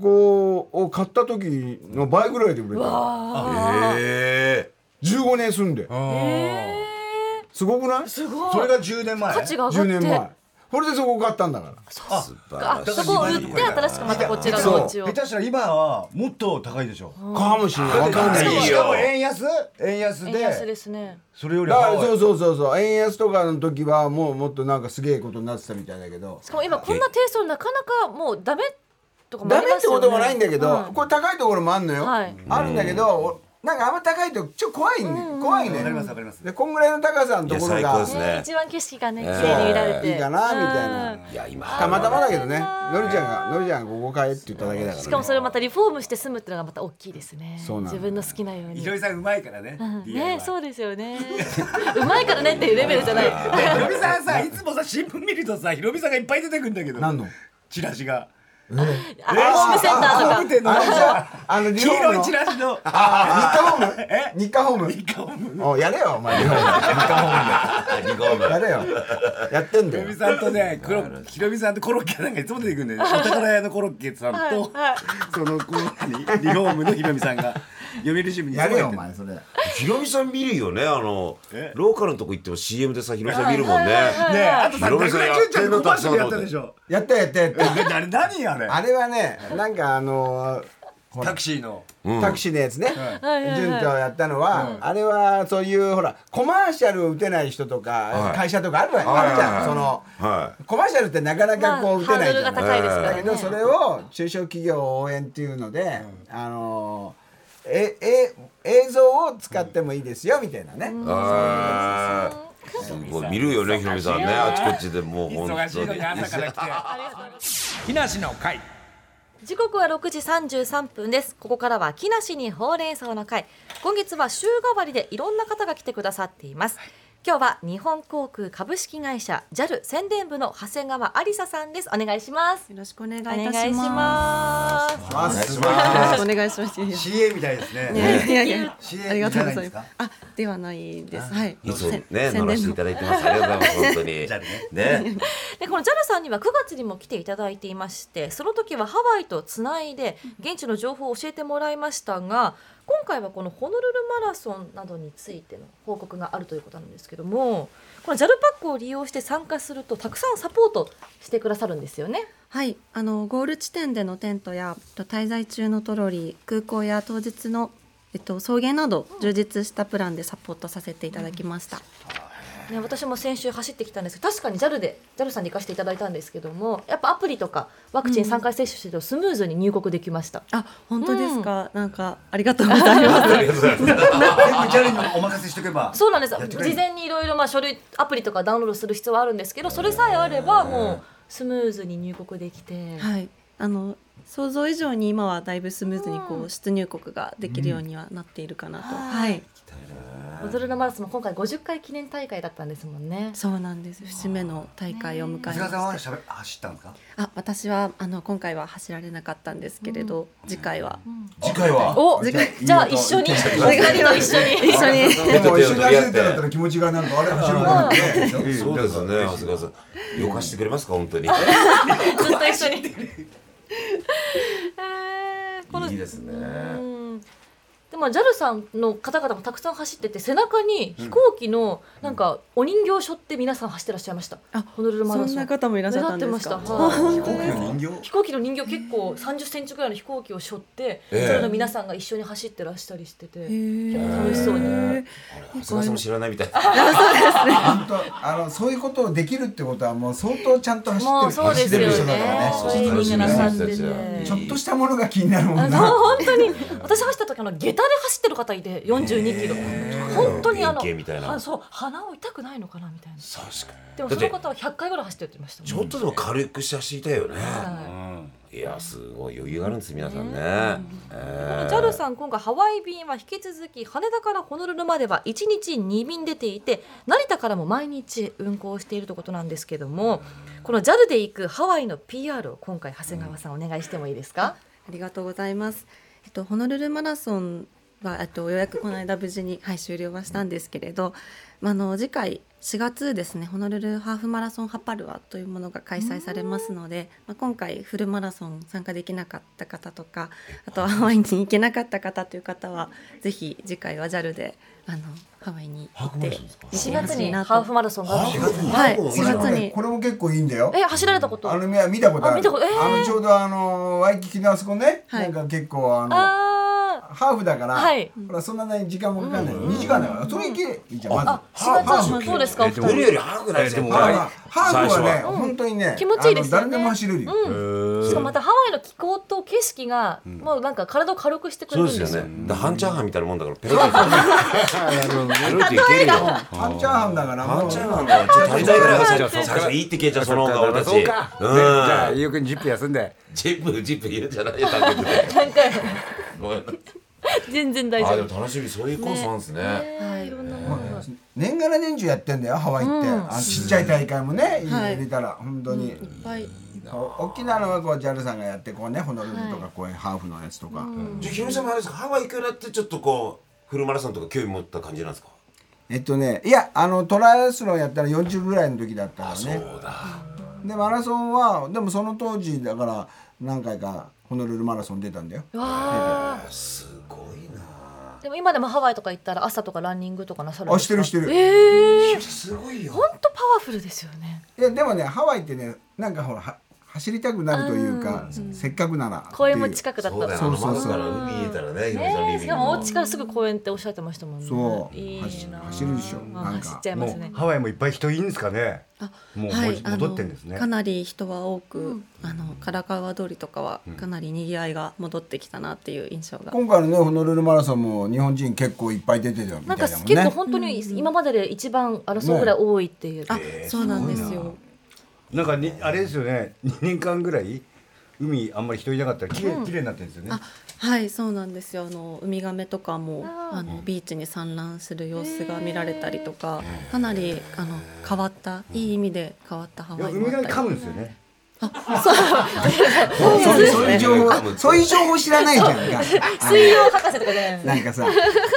[SPEAKER 5] こを買った時の倍ぐらいで売れた
[SPEAKER 2] ええ
[SPEAKER 5] 15年住んですごくない
[SPEAKER 4] すごい
[SPEAKER 3] それが10年前
[SPEAKER 4] 価値が
[SPEAKER 5] 10
[SPEAKER 4] 上
[SPEAKER 5] 年
[SPEAKER 4] がっ
[SPEAKER 5] 前
[SPEAKER 4] て。
[SPEAKER 5] それでそこ買ったんだから
[SPEAKER 4] あ、そこを売って新しくまたこちらのお家を
[SPEAKER 3] 下。手したら今はもっと高いでしょ
[SPEAKER 5] かもしれないわかんない
[SPEAKER 2] いよ
[SPEAKER 3] しかも円安円安
[SPEAKER 4] 円安
[SPEAKER 3] で
[SPEAKER 4] ですね。
[SPEAKER 3] それより
[SPEAKER 5] だ
[SPEAKER 3] ハ
[SPEAKER 5] か
[SPEAKER 3] ワ
[SPEAKER 5] ら
[SPEAKER 3] イ
[SPEAKER 5] そうそうそうそう円安とかの時はもうもっとなんかすげえことになってたみたいだけど
[SPEAKER 4] しかも今こんな低層なかなかもうダメとかもあ
[SPEAKER 5] ダ
[SPEAKER 4] り
[SPEAKER 5] メ
[SPEAKER 4] ま
[SPEAKER 5] っ
[SPEAKER 4] す
[SPEAKER 5] てこ
[SPEAKER 4] よね。
[SPEAKER 5] ともないんだけど、
[SPEAKER 4] う
[SPEAKER 5] これ高いところもあんのよ、
[SPEAKER 4] はい
[SPEAKER 5] あるんだけどおなんかあんま高いとちょっと怖いね、怖いね
[SPEAKER 3] わかりますわかります
[SPEAKER 5] でこんぐらいの高さのところ
[SPEAKER 2] いや最高
[SPEAKER 5] が
[SPEAKER 2] です
[SPEAKER 4] ん
[SPEAKER 2] ね
[SPEAKER 4] ね一番景色がね綺麗に見られて。
[SPEAKER 5] いいかなみたいな、
[SPEAKER 4] うん
[SPEAKER 2] いや今
[SPEAKER 5] たまたまだけどねのりちゃんがのりちゃんがここ買えって言っただけだから、ね、
[SPEAKER 4] しかもそれをまたリフォームして住むっていうのがまた大きいですね。
[SPEAKER 5] そうなんだ
[SPEAKER 4] 自分の好きなように
[SPEAKER 3] ひ。ろみさんうまいからね
[SPEAKER 4] うんね
[SPEAKER 3] DIY
[SPEAKER 4] そうですよね。うまいからねっていうレベルじゃない。
[SPEAKER 3] ひろみさんさいつもさ新聞見るとさひろみさんがいっぱい出てくるんだけど
[SPEAKER 5] 何の
[SPEAKER 3] チラシが
[SPEAKER 4] あホームセンターとか
[SPEAKER 5] あれでしょあのリフ
[SPEAKER 3] 黄
[SPEAKER 5] ォーム
[SPEAKER 3] 色
[SPEAKER 5] の
[SPEAKER 3] いチラシの
[SPEAKER 5] ああ日課ホーム日
[SPEAKER 3] 日課ホー
[SPEAKER 5] ムおやれよお前リフォーム
[SPEAKER 2] リフ
[SPEAKER 5] 日課ホーム
[SPEAKER 2] ォーム
[SPEAKER 5] やれよやってんだ
[SPEAKER 3] ひろ
[SPEAKER 5] よ
[SPEAKER 3] みさんとね黒ひろみさんとコロッケなんかいつも出てくるんだよねお宝屋のコロッケさんとそのこの何リフォームのひろみさんが読売新聞にいつも
[SPEAKER 5] やれよ
[SPEAKER 3] 出て
[SPEAKER 5] お
[SPEAKER 3] る
[SPEAKER 5] 前それ
[SPEAKER 2] ヒロミさん見るよねあの
[SPEAKER 3] え
[SPEAKER 2] ローカルのとこ行っても CM でさヒロミさん見るもんね
[SPEAKER 3] ねえあとさ
[SPEAKER 2] ひろみ
[SPEAKER 3] 中
[SPEAKER 2] さん
[SPEAKER 3] 村
[SPEAKER 2] や
[SPEAKER 3] 純
[SPEAKER 2] っ
[SPEAKER 3] ちゃ
[SPEAKER 2] て
[SPEAKER 3] ん
[SPEAKER 2] ん
[SPEAKER 3] の
[SPEAKER 2] の
[SPEAKER 3] コマー
[SPEAKER 2] たく
[SPEAKER 3] シ
[SPEAKER 2] さ
[SPEAKER 3] ャ
[SPEAKER 2] ん
[SPEAKER 3] ルやった
[SPEAKER 2] だと思っ
[SPEAKER 3] でしてょ
[SPEAKER 5] やったやったやった
[SPEAKER 3] あれ何あれ
[SPEAKER 5] あれはねなんかあの
[SPEAKER 3] タクシーの
[SPEAKER 5] タクシーのやつね潤とやったのはあれはそういうほらコマーシャルを打てない人と
[SPEAKER 2] は
[SPEAKER 5] か
[SPEAKER 2] い
[SPEAKER 5] 会社とかあるわ
[SPEAKER 2] はい
[SPEAKER 5] あるじゃんそ
[SPEAKER 2] は
[SPEAKER 5] のコマーシャルってなかな
[SPEAKER 4] ま
[SPEAKER 5] か
[SPEAKER 4] あ
[SPEAKER 5] こう打て
[SPEAKER 4] ハー
[SPEAKER 5] ない
[SPEAKER 4] ド
[SPEAKER 5] じ
[SPEAKER 4] ル
[SPEAKER 5] ゃ
[SPEAKER 4] が
[SPEAKER 5] ん
[SPEAKER 4] 高いですか
[SPEAKER 5] だ
[SPEAKER 4] ら
[SPEAKER 5] け
[SPEAKER 4] ね
[SPEAKER 5] どそれを中小企業応援っていうので、あのええ映像を使ってもいいですよみたいなね、
[SPEAKER 2] あーすごい見るよねヒロミさんねあちこちでもう本
[SPEAKER 3] 忙し
[SPEAKER 2] 当
[SPEAKER 3] いの
[SPEAKER 2] に
[SPEAKER 3] に朝から来て
[SPEAKER 7] 木梨の会
[SPEAKER 4] 時刻は6時33分ですここからは木梨にほうれん草の会今月は週替わりでいろんな方が来てくださっています今日は日本航空株式会社 JAL 宣伝部の長谷川ありささんですお願いします
[SPEAKER 9] よろしくお願いい
[SPEAKER 4] お願
[SPEAKER 9] た
[SPEAKER 4] い
[SPEAKER 9] し
[SPEAKER 4] し
[SPEAKER 9] ま
[SPEAKER 4] ます
[SPEAKER 5] あすごい
[SPEAKER 9] す。お願いします。
[SPEAKER 3] CA みたいですね
[SPEAKER 9] いやいやいや、
[SPEAKER 3] CA
[SPEAKER 9] ありがとうござい
[SPEAKER 3] じゃ
[SPEAKER 9] ま
[SPEAKER 3] な
[SPEAKER 9] す。あ、ではないです。はい。
[SPEAKER 2] いつも
[SPEAKER 9] せん
[SPEAKER 2] ね乗らせていただいてますありがとうございます本当にね
[SPEAKER 4] でこの JAL さんには9月にも来ていただいていましてその時はハワイとつないで現地の情報を教えてもらいましたが今回はこのホノルルマラソンなどについての報告があるということなんですけどもこの JAL パックを利用して参加するとたくさんサポートしてくださるんですよね。
[SPEAKER 9] はい、あのゴール地点でのテントやえっと滞在中のトロリー、空港や当日のえっと送迎など充実したプランでサポートさせていただきました。
[SPEAKER 4] ね、私も先週走ってきたんですけど確かに JAL で JAL さんに行かせていただいたんですけどもやっぱアプリとかワクチン3回接種してるとスムーズに入国できました。
[SPEAKER 9] あ、本当ですか。なんかありがとうござい ます。
[SPEAKER 3] 全部チャレンジにお任せしておけば
[SPEAKER 4] そうなんです
[SPEAKER 3] やってくれる
[SPEAKER 4] 事前にいろいろまあ書類アプリとかダウンロードする必要はあるんですけどそれさえあればもうスムーズに入国できて、
[SPEAKER 9] はい、あの想像以上に今はだいぶスムーズにこう、
[SPEAKER 4] うん
[SPEAKER 9] 出入国ができるようにはなっているかなと、
[SPEAKER 4] は
[SPEAKER 9] はいい、
[SPEAKER 4] モドルナマラソンも今回50回記念大会だったんですもんね。
[SPEAKER 9] そうなんです節目の大会を迎えま
[SPEAKER 3] 長谷川さん
[SPEAKER 9] し
[SPEAKER 3] はしゃべ
[SPEAKER 9] て
[SPEAKER 3] 走ったんですか
[SPEAKER 9] あ私はあの今回は走られなかったんですけれど、次回は、
[SPEAKER 3] 次回は
[SPEAKER 4] おじゃあ一緒に
[SPEAKER 9] 次回と一緒 に一緒に
[SPEAKER 5] でも一緒に走ってなったら気持ちがなんかあれ走ろうかなって
[SPEAKER 2] そうですね長谷川さんよかしてくれますか本当に
[SPEAKER 4] ずっと一緒に。えーこの
[SPEAKER 2] いいですね
[SPEAKER 4] うんでも JAL さんの方々もたくさん走ってて背中に飛行機のなんかお人形背負って皆さん走ってらっしゃいました、
[SPEAKER 9] あ
[SPEAKER 4] ホノルルマラソン
[SPEAKER 9] そんな方もいらっしゃったんですか
[SPEAKER 4] 目立ってましたはい
[SPEAKER 3] 飛行機の人形
[SPEAKER 4] 飛行機の人形結構30センチぐらいの飛行機を背負って、
[SPEAKER 2] ええ
[SPEAKER 4] それの皆さんが一緒に走ってらっしゃりしてて、
[SPEAKER 9] 結
[SPEAKER 4] 構楽しそうに
[SPEAKER 2] 長谷川さんも知らないみたい
[SPEAKER 5] 本当あのそういうことをできるってことはもう相当ちゃんと走ってる
[SPEAKER 4] もうそうです
[SPEAKER 5] 走ってる
[SPEAKER 4] よね
[SPEAKER 5] 人だからね
[SPEAKER 4] トレーニングなさってて
[SPEAKER 2] そうそう
[SPEAKER 5] ちょっとしたものが気になるもん
[SPEAKER 4] あ
[SPEAKER 5] な
[SPEAKER 4] の本当に私走った時あの下駄で走ってる方いて42キロ、本当にあの
[SPEAKER 2] 原型みたいな
[SPEAKER 4] あそう鼻を痛くないのかなみたいな
[SPEAKER 2] 確か
[SPEAKER 4] でも
[SPEAKER 2] だ
[SPEAKER 4] そ
[SPEAKER 2] っ
[SPEAKER 4] の
[SPEAKER 2] て
[SPEAKER 4] 方は100回ぐらい走ってるって言ってましたもん
[SPEAKER 2] ちょっとでも軽くして走りたいよね
[SPEAKER 4] はい
[SPEAKER 2] いやすごい余裕があるんです皆さんね
[SPEAKER 4] こ
[SPEAKER 2] えー
[SPEAKER 4] の JAL さん今回ハワイ便は引き続き羽田からホノルルまでは1日2便出ていて成田からも毎日運航しているということなんですけどもこの JAL で行くハワイの PR を今回長谷川さんお願いしてもいいですか、
[SPEAKER 9] ありがとうございます。えっとホノルルマラソンはえっとようやくこの間無事にはい終了はしたんですけれど、まああの次回4月ですねホノルルハーフマラソンハパルワというものが開催されますので、まあ今回フルマラソン参加できなかった方とか、あとはハワイに行けなかった方という方はぜひ次回は JAL であのハワイに行って
[SPEAKER 4] 4月にハーフマラソンがある
[SPEAKER 9] はい4月
[SPEAKER 5] これ
[SPEAKER 9] に
[SPEAKER 5] これも結構いいんだよ
[SPEAKER 4] え走られたこと
[SPEAKER 5] あの見見たことある
[SPEAKER 4] あ見たことえー
[SPEAKER 5] あのちょうどあのワイキキのあそこね、
[SPEAKER 9] はい
[SPEAKER 5] なんか結構あの
[SPEAKER 4] あ
[SPEAKER 5] ハーフだから、
[SPEAKER 4] はい
[SPEAKER 5] ほらそんなに時間もかかんない、二2時間だからそれいけいいじゃんまず
[SPEAKER 4] あ4月はどうですかお二人
[SPEAKER 2] 俺より早くないですか
[SPEAKER 3] えーでも
[SPEAKER 5] ハーフはハーフはね
[SPEAKER 2] 最初
[SPEAKER 5] 本当にね
[SPEAKER 4] 気持ちいいですよね
[SPEAKER 5] あの誰でも走れるよ、
[SPEAKER 4] しかもまたハワイの気候と景色がもうなんか体を軽くしてくれ
[SPEAKER 2] そ
[SPEAKER 4] るん
[SPEAKER 2] う
[SPEAKER 4] ですよ
[SPEAKER 2] ですよねで半チャーハンみたいなもんだからペロッとペロッといけるよ
[SPEAKER 5] 半チャーハンだからもう
[SPEAKER 2] 半チャーハンだからちょっと足りないぐらいは最初最初いいって消えちゃうその方が俺たち
[SPEAKER 7] そうか、ねじゃあ
[SPEAKER 2] うん
[SPEAKER 7] ゆうくんジップ休んで
[SPEAKER 2] ジップジップ言うんじゃないよだけど
[SPEAKER 4] なんか
[SPEAKER 2] ごめんなさい
[SPEAKER 4] 全然大
[SPEAKER 2] あ
[SPEAKER 4] 丈
[SPEAKER 2] で
[SPEAKER 4] 夫
[SPEAKER 2] も楽しみそういうコースなんですね
[SPEAKER 4] ねいろんなものが
[SPEAKER 5] 年がら年中やってんだよハワイって、あのちっちゃい大会もね、
[SPEAKER 9] はい
[SPEAKER 5] 入れたら本当に、
[SPEAKER 9] いっぱいいっ
[SPEAKER 2] な
[SPEAKER 5] 大きなのはこう JAL さんがやってこうねホノルルとかこういうハーフのやつとか、
[SPEAKER 2] じゃあヒロミさんもあれですかハワイ行くようになってちょっとこうフルマラソンとか興味持った感じなんですか
[SPEAKER 5] えっとねいやあのトライアスロンやったら40ぐらいの時だったからね
[SPEAKER 2] そうだ
[SPEAKER 5] でマラソンはでもその当時だから何回かホノルルマラソン出たんだよ
[SPEAKER 4] わあ
[SPEAKER 2] すごいな
[SPEAKER 4] でも今でもハワイとか行ったら朝とかランニングとかなさるん
[SPEAKER 5] あ
[SPEAKER 4] で
[SPEAKER 5] し
[SPEAKER 4] す
[SPEAKER 5] て
[SPEAKER 4] か
[SPEAKER 5] るしてる、
[SPEAKER 4] ええー、
[SPEAKER 2] すごいよ
[SPEAKER 4] 本当パワフルですよね
[SPEAKER 5] いやでもねハワイってねなんかほらは走りたくなるというか、せっかくならっていう
[SPEAKER 4] 公園も近くだった
[SPEAKER 2] そうだ
[SPEAKER 4] ら
[SPEAKER 2] よあの
[SPEAKER 5] そうそ
[SPEAKER 2] 窓
[SPEAKER 5] うそう
[SPEAKER 2] から海見えたらねヒロミさんのリビン
[SPEAKER 4] ね
[SPEAKER 2] グ
[SPEAKER 4] しかもお家からすぐ公園っておっしゃってましたもんね
[SPEAKER 5] そう
[SPEAKER 4] いいな
[SPEAKER 5] 走るでしょ
[SPEAKER 4] うん
[SPEAKER 5] なんか
[SPEAKER 4] 走っちゃいま
[SPEAKER 3] も
[SPEAKER 4] すね
[SPEAKER 3] うハワイもいっぱい人いいんですかね。
[SPEAKER 9] あ
[SPEAKER 3] もう
[SPEAKER 9] は
[SPEAKER 3] もう戻ってんです
[SPEAKER 9] あ
[SPEAKER 3] ね
[SPEAKER 9] のかなり人は多く、あの唐川通りとかはかなり賑わいが戻ってきたなっていう印象が、
[SPEAKER 5] 今回のねホノルルマラソンも日本人結構いっぱい出てたみた
[SPEAKER 4] ないんか
[SPEAKER 5] だもん
[SPEAKER 4] 結構
[SPEAKER 5] ね
[SPEAKER 4] 本当に今までで一番争うぐらい多いっていう、
[SPEAKER 9] あそうなんですよ
[SPEAKER 3] なんかにあれですよね。二年間ぐらい海あんまり人いなかったら綺麗綺麗になってるんですよね。
[SPEAKER 9] あはいそうなんですよあのウミガメとかも
[SPEAKER 4] あー
[SPEAKER 9] あのビーチに産卵する様子が見られたりとかかなりあの変わったいい意味で変わったハ
[SPEAKER 3] いや
[SPEAKER 9] ワイ
[SPEAKER 3] 海
[SPEAKER 9] もあ
[SPEAKER 3] が
[SPEAKER 9] ったり
[SPEAKER 3] 噛むんですよね。
[SPEAKER 2] そう
[SPEAKER 5] そうそういう情
[SPEAKER 2] です
[SPEAKER 5] 報
[SPEAKER 2] ね
[SPEAKER 5] そういう情報知らないじ ゃんか
[SPEAKER 4] 水曜博士とかじゃないの
[SPEAKER 5] なんかさ、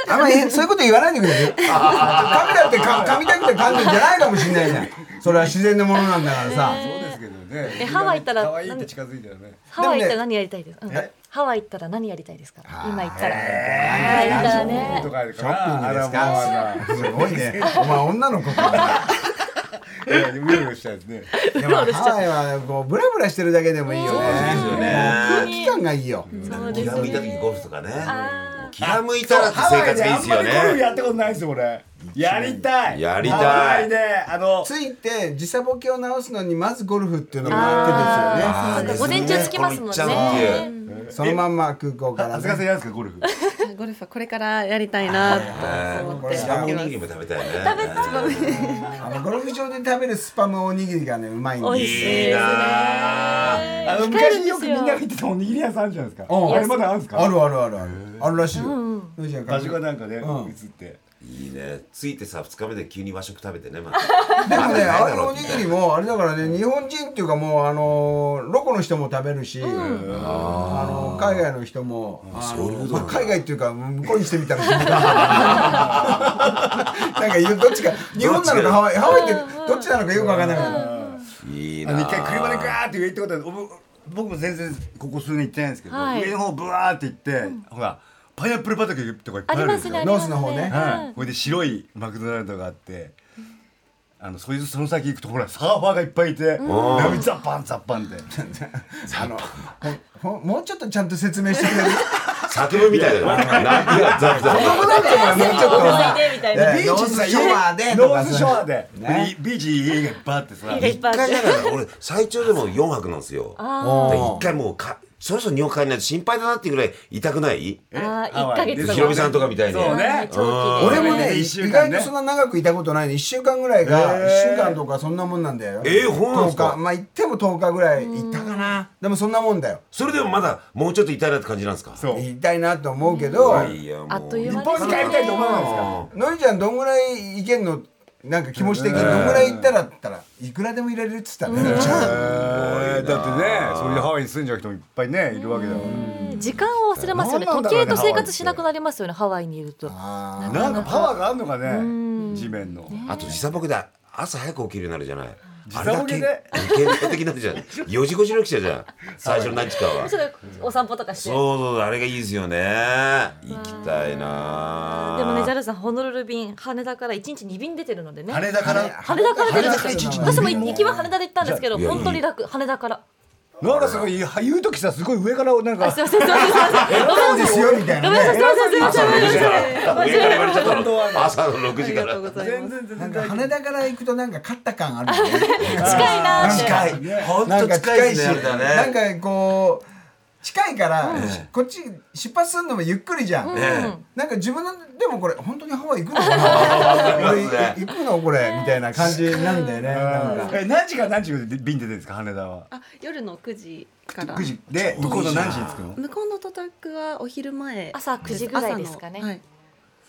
[SPEAKER 5] あんまりへんそういうこと言わないでくれる。髪だってか髪だけで噛んでんじゃないかもしれないじゃん。それは自然のものなんだからさ。
[SPEAKER 3] そうですけどね。
[SPEAKER 4] えハワイ行ったら
[SPEAKER 3] 可愛いって近づいたよね。
[SPEAKER 4] ハワイ行ったら何やりたいですか、うんハワイ行ったら何やりたいですか今行ったらハワイ行ったらね
[SPEAKER 3] とかある
[SPEAKER 5] シ
[SPEAKER 3] か
[SPEAKER 5] ョッピン
[SPEAKER 3] ら。
[SPEAKER 5] グ
[SPEAKER 3] あ
[SPEAKER 5] で
[SPEAKER 3] ら
[SPEAKER 5] す
[SPEAKER 3] まあまあ
[SPEAKER 5] か。すごいね。お前女の子か。
[SPEAKER 3] いやうろうろしたいですね。
[SPEAKER 5] でもハワイはこうブラブラしてるだけでもいいよね。
[SPEAKER 2] よね
[SPEAKER 5] 空気感がいいよ。
[SPEAKER 4] そう
[SPEAKER 2] 気
[SPEAKER 4] です
[SPEAKER 2] が向いた時
[SPEAKER 4] ね
[SPEAKER 2] ゴルフとかね
[SPEAKER 4] あ
[SPEAKER 2] 気が向いたらって生活がいいですよ
[SPEAKER 3] ハワイであんまりゴルフ
[SPEAKER 2] ね
[SPEAKER 3] やったことないですよ俺。やりたい。
[SPEAKER 2] やりたい
[SPEAKER 3] ハワイであの
[SPEAKER 5] ついて時差ボケを直すのにまずゴルフっていうのがあってですよね。
[SPEAKER 4] 午前中着きますもん
[SPEAKER 2] ここ行っちゃうってい
[SPEAKER 4] ね
[SPEAKER 2] う
[SPEAKER 5] そのまんま空港から
[SPEAKER 3] あずかさん
[SPEAKER 5] ね。
[SPEAKER 3] やるんですかゴル フ。
[SPEAKER 9] ゴルフはこれからやりたいなと思って
[SPEAKER 5] はい
[SPEAKER 2] スパムおにぎりも食べたいね食べ
[SPEAKER 5] あのゴルフ場で食べるスパムおにぎりがねうまいん
[SPEAKER 4] 美
[SPEAKER 5] で
[SPEAKER 4] 味
[SPEAKER 5] す
[SPEAKER 4] し
[SPEAKER 5] よ
[SPEAKER 4] い。
[SPEAKER 2] いい
[SPEAKER 4] ですね
[SPEAKER 2] な
[SPEAKER 3] あの
[SPEAKER 4] 光る
[SPEAKER 3] 昔
[SPEAKER 4] んで
[SPEAKER 3] よ
[SPEAKER 4] すよ
[SPEAKER 3] くみんなが行ってたおにぎり屋さんあるじゃないですか。
[SPEAKER 5] うん
[SPEAKER 3] あれまだあるんですか。
[SPEAKER 5] あ。るあるあるある。あるらしいよ。そうじゃん
[SPEAKER 3] 場所がなんかね
[SPEAKER 5] うん
[SPEAKER 3] 映って。
[SPEAKER 2] いいねついてさ2日目で急に和食食べてねまた
[SPEAKER 5] でもね、
[SPEAKER 2] ま
[SPEAKER 5] あ
[SPEAKER 2] だないだ
[SPEAKER 5] の
[SPEAKER 2] ろ
[SPEAKER 5] お
[SPEAKER 2] う
[SPEAKER 5] にぎりもあれだからね、日本人っていうかもうあのロコの人も食べるし、あの海外の人も、あのまあ海外っていうか向こうにしてみたら なんかいうどっちか日本なのかハワイハワイってどっちなのかよくわからなかっ
[SPEAKER 2] いい
[SPEAKER 3] あの
[SPEAKER 2] な
[SPEAKER 3] 一回車でガーって上行ったことある僕僕も全然ここ数年行ってないんですけど、
[SPEAKER 4] はい
[SPEAKER 3] 上の方ブワーって行って、ほらパイナップル畑とかいっぱいあ
[SPEAKER 4] あり
[SPEAKER 3] るん
[SPEAKER 4] ま
[SPEAKER 3] です
[SPEAKER 4] す
[SPEAKER 3] よ
[SPEAKER 4] ねあり
[SPEAKER 5] ノー
[SPEAKER 4] ま
[SPEAKER 5] ス
[SPEAKER 4] す
[SPEAKER 5] の
[SPEAKER 4] ね
[SPEAKER 5] 方ね
[SPEAKER 3] はい、これで白いマクドナルドがあってあのそいつその先行くとほらサーファーがいっぱいいて波ザッパンザッパンで
[SPEAKER 5] た。あのほほもうちょっとちゃんと説明してくれる。
[SPEAKER 2] 叫ぶみたいだよ何がザブザブ
[SPEAKER 5] ここだってお前もうちょっとお
[SPEAKER 4] 思い
[SPEAKER 5] 前
[SPEAKER 4] 出みたいな
[SPEAKER 5] ねノースショワーでと
[SPEAKER 3] ロ
[SPEAKER 5] か
[SPEAKER 3] ー
[SPEAKER 5] さ
[SPEAKER 3] ズショワーで、
[SPEAKER 5] ね
[SPEAKER 3] ビビーチ家がバーってさ
[SPEAKER 4] いっぱいあって
[SPEAKER 2] だから俺最長でも4泊なんですよ
[SPEAKER 4] あ
[SPEAKER 2] だから一回もうかそろそろ日本帰らないと心配だなっていうぐらい痛くない
[SPEAKER 4] ーあー
[SPEAKER 3] ハワイ
[SPEAKER 4] 1ヶ月とか
[SPEAKER 2] ヒロミさんとかみたいに
[SPEAKER 3] そうね
[SPEAKER 4] 長期
[SPEAKER 5] 俺
[SPEAKER 4] で
[SPEAKER 5] もね
[SPEAKER 3] 一
[SPEAKER 5] 意
[SPEAKER 3] 週間ね
[SPEAKER 5] 外とそんな長くいたことないの1週間ぐらいが
[SPEAKER 3] へー
[SPEAKER 5] 1週間とかそんなもんなんだよ
[SPEAKER 2] えーほうなんすか
[SPEAKER 5] 10日まあ行っても10日ぐらい行ったかなでもそんなもんだよ
[SPEAKER 2] それでもまだもうちょっと痛いなって感じなんですか
[SPEAKER 3] そう
[SPEAKER 5] 行きたいなと思うけど
[SPEAKER 2] いやもう
[SPEAKER 4] あっという間
[SPEAKER 3] 日本に帰りたいと思わないですか
[SPEAKER 5] のりちゃんどんぐらい行けんのなんか気持ち的にどんぐらい行ったらったらいくらでもいられるっつったらねじゃあ
[SPEAKER 3] えーだってねそれでハワイに住んじゃう人もいっぱいねいるわけだから
[SPEAKER 4] 時間を忘れますよね
[SPEAKER 3] なんなん
[SPEAKER 4] 時
[SPEAKER 3] だろう
[SPEAKER 4] 計
[SPEAKER 3] ね
[SPEAKER 4] と生活しなくなりますよねハワイにいると
[SPEAKER 3] なんかパワーがあるのかね地面の
[SPEAKER 2] あと時差ボケで朝早く起きるようになるじゃない
[SPEAKER 3] 時差ボケで
[SPEAKER 2] あれだけ健康的になるじゃん4時5時に起き ちゃうじゃん最初の何時間は
[SPEAKER 4] それお散歩とかして
[SPEAKER 2] そうそうあれがいいですよね行きたいな
[SPEAKER 4] でもねジャルさんホノルル便羽田から1日2便出てるのでね
[SPEAKER 3] 羽田から
[SPEAKER 4] 羽田から出てる
[SPEAKER 3] 羽
[SPEAKER 4] んで
[SPEAKER 3] 田
[SPEAKER 4] す
[SPEAKER 3] から一日
[SPEAKER 4] よ
[SPEAKER 3] 二便
[SPEAKER 4] 私も行きは羽田で行ったんですけど
[SPEAKER 2] いや
[SPEAKER 4] 本当に楽羽田から
[SPEAKER 3] なんかすごい言う時さすごい上からなんか
[SPEAKER 4] すいませんすいませんすいませんごめん
[SPEAKER 5] そうですよみたいな
[SPEAKER 4] なさい
[SPEAKER 5] ね
[SPEAKER 4] すいませんすいませんすいま
[SPEAKER 2] 上から
[SPEAKER 4] せん
[SPEAKER 2] 言われちゃったの朝の6時から
[SPEAKER 3] 全然全
[SPEAKER 5] な
[SPEAKER 3] 然
[SPEAKER 5] んか
[SPEAKER 3] 大丈
[SPEAKER 5] 羽田から行くとなんか勝った感あるよね
[SPEAKER 4] 近いなーって
[SPEAKER 2] 近い本
[SPEAKER 5] なん
[SPEAKER 2] 当
[SPEAKER 5] か
[SPEAKER 2] 近
[SPEAKER 5] 近
[SPEAKER 2] い
[SPEAKER 5] い
[SPEAKER 2] し
[SPEAKER 5] し、
[SPEAKER 2] ね
[SPEAKER 5] なんかこう近いから、こっち出発するのもゆっくりじゃん、
[SPEAKER 2] ね
[SPEAKER 5] なんか自分のでもこれ本当にハワイ行くのかな
[SPEAKER 2] わかりますね
[SPEAKER 5] 俺行くのこれみたいな感じなんだよねなんか
[SPEAKER 3] 夫え何時から何時まで便出てるんですか羽田は
[SPEAKER 9] あ夜の9時から
[SPEAKER 3] 9時で向こうの何時に着くの
[SPEAKER 9] 向こうのトタクはお昼前
[SPEAKER 4] 朝9時ぐらいですかね
[SPEAKER 9] 朝のはい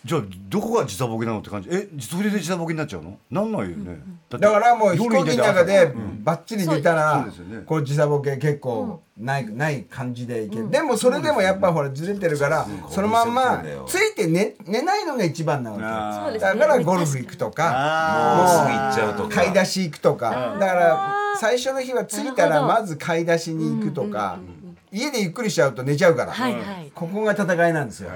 [SPEAKER 10] じゃあどこが時差ボケなのって感じえそれで時差ボケになっちゃうのなんないよね、だ
[SPEAKER 5] だ
[SPEAKER 10] って
[SPEAKER 5] からもう飛行機の中
[SPEAKER 10] 夜に出て
[SPEAKER 5] で
[SPEAKER 10] うん
[SPEAKER 5] ばっちり寝たら、
[SPEAKER 10] そうですよね
[SPEAKER 5] こう時差ボケ結構ない,、ない感じでいける、でもそれでもやっぱほらずれてるからそのまんまついて寝寝ないのが一番な
[SPEAKER 4] ー
[SPEAKER 5] わ
[SPEAKER 4] そうで
[SPEAKER 5] け
[SPEAKER 4] すね
[SPEAKER 5] だからゴルフ行くと
[SPEAKER 2] あーもう
[SPEAKER 5] か
[SPEAKER 2] すぐ行っちゃうとか
[SPEAKER 5] 買い出し行くとかだから最初の日は着いた
[SPEAKER 4] なる
[SPEAKER 5] ら
[SPEAKER 4] ほど
[SPEAKER 5] まず買い出しに行くとか、家でゆっくりしちゃうと寝ちゃうから、
[SPEAKER 4] はいはい
[SPEAKER 5] ここが戦いなんですよ。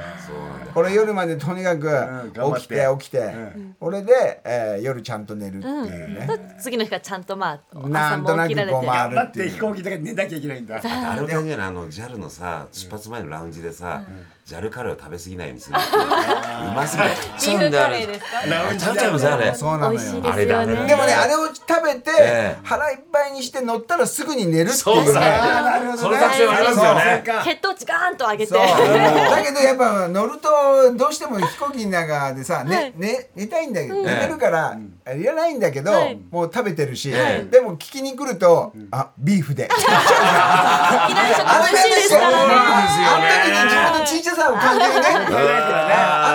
[SPEAKER 5] これ夜までとにか
[SPEAKER 10] ん頑張って
[SPEAKER 5] く起きて起きて、これで、えー夜ちゃんと寝るっていうね。
[SPEAKER 4] と次の日からちゃんとまあ
[SPEAKER 5] な
[SPEAKER 4] 朝
[SPEAKER 5] んと
[SPEAKER 4] も
[SPEAKER 5] な
[SPEAKER 4] 起き
[SPEAKER 5] く
[SPEAKER 4] られて
[SPEAKER 5] こう回る
[SPEAKER 10] だ
[SPEAKER 5] っ
[SPEAKER 10] ってて
[SPEAKER 5] い
[SPEAKER 10] 飛
[SPEAKER 5] う。
[SPEAKER 10] 行機の中で寝なきゃいけないんだ
[SPEAKER 2] あれだけなあの JAL のさ出発前のラウンジでさ JAL カレーを食べ過ぎないようにするっていううまそうだよ
[SPEAKER 4] ビーフカレーですか
[SPEAKER 2] あれ食べちゃいますよあれ
[SPEAKER 5] そうなの
[SPEAKER 4] 美
[SPEAKER 5] よ。
[SPEAKER 4] 味し
[SPEAKER 5] で
[SPEAKER 4] いです
[SPEAKER 2] あ
[SPEAKER 4] よ
[SPEAKER 2] れだ
[SPEAKER 4] ね
[SPEAKER 2] ね
[SPEAKER 5] もねあれを食べて、
[SPEAKER 2] ええ
[SPEAKER 5] 腹いっぱいにして乗ったらすぐに寝るってい
[SPEAKER 2] そう
[SPEAKER 5] う
[SPEAKER 2] さ
[SPEAKER 5] ね。
[SPEAKER 2] その作戦はありますよね
[SPEAKER 4] 血糖値ガーンと上げて
[SPEAKER 5] そう。だけどやっぱ乗るとどうしても飛行機の中でさ、
[SPEAKER 4] はい
[SPEAKER 5] ねね寝たいんだけど、寝てるから、いらないんだけど、
[SPEAKER 4] はい
[SPEAKER 5] もう食べてるし、
[SPEAKER 2] え
[SPEAKER 5] でも聞きに来ると、あビーフ で。
[SPEAKER 4] 機内食美味しいですから
[SPEAKER 5] あれ
[SPEAKER 4] ね。
[SPEAKER 5] あの時に自分の小ささを感じるね。あ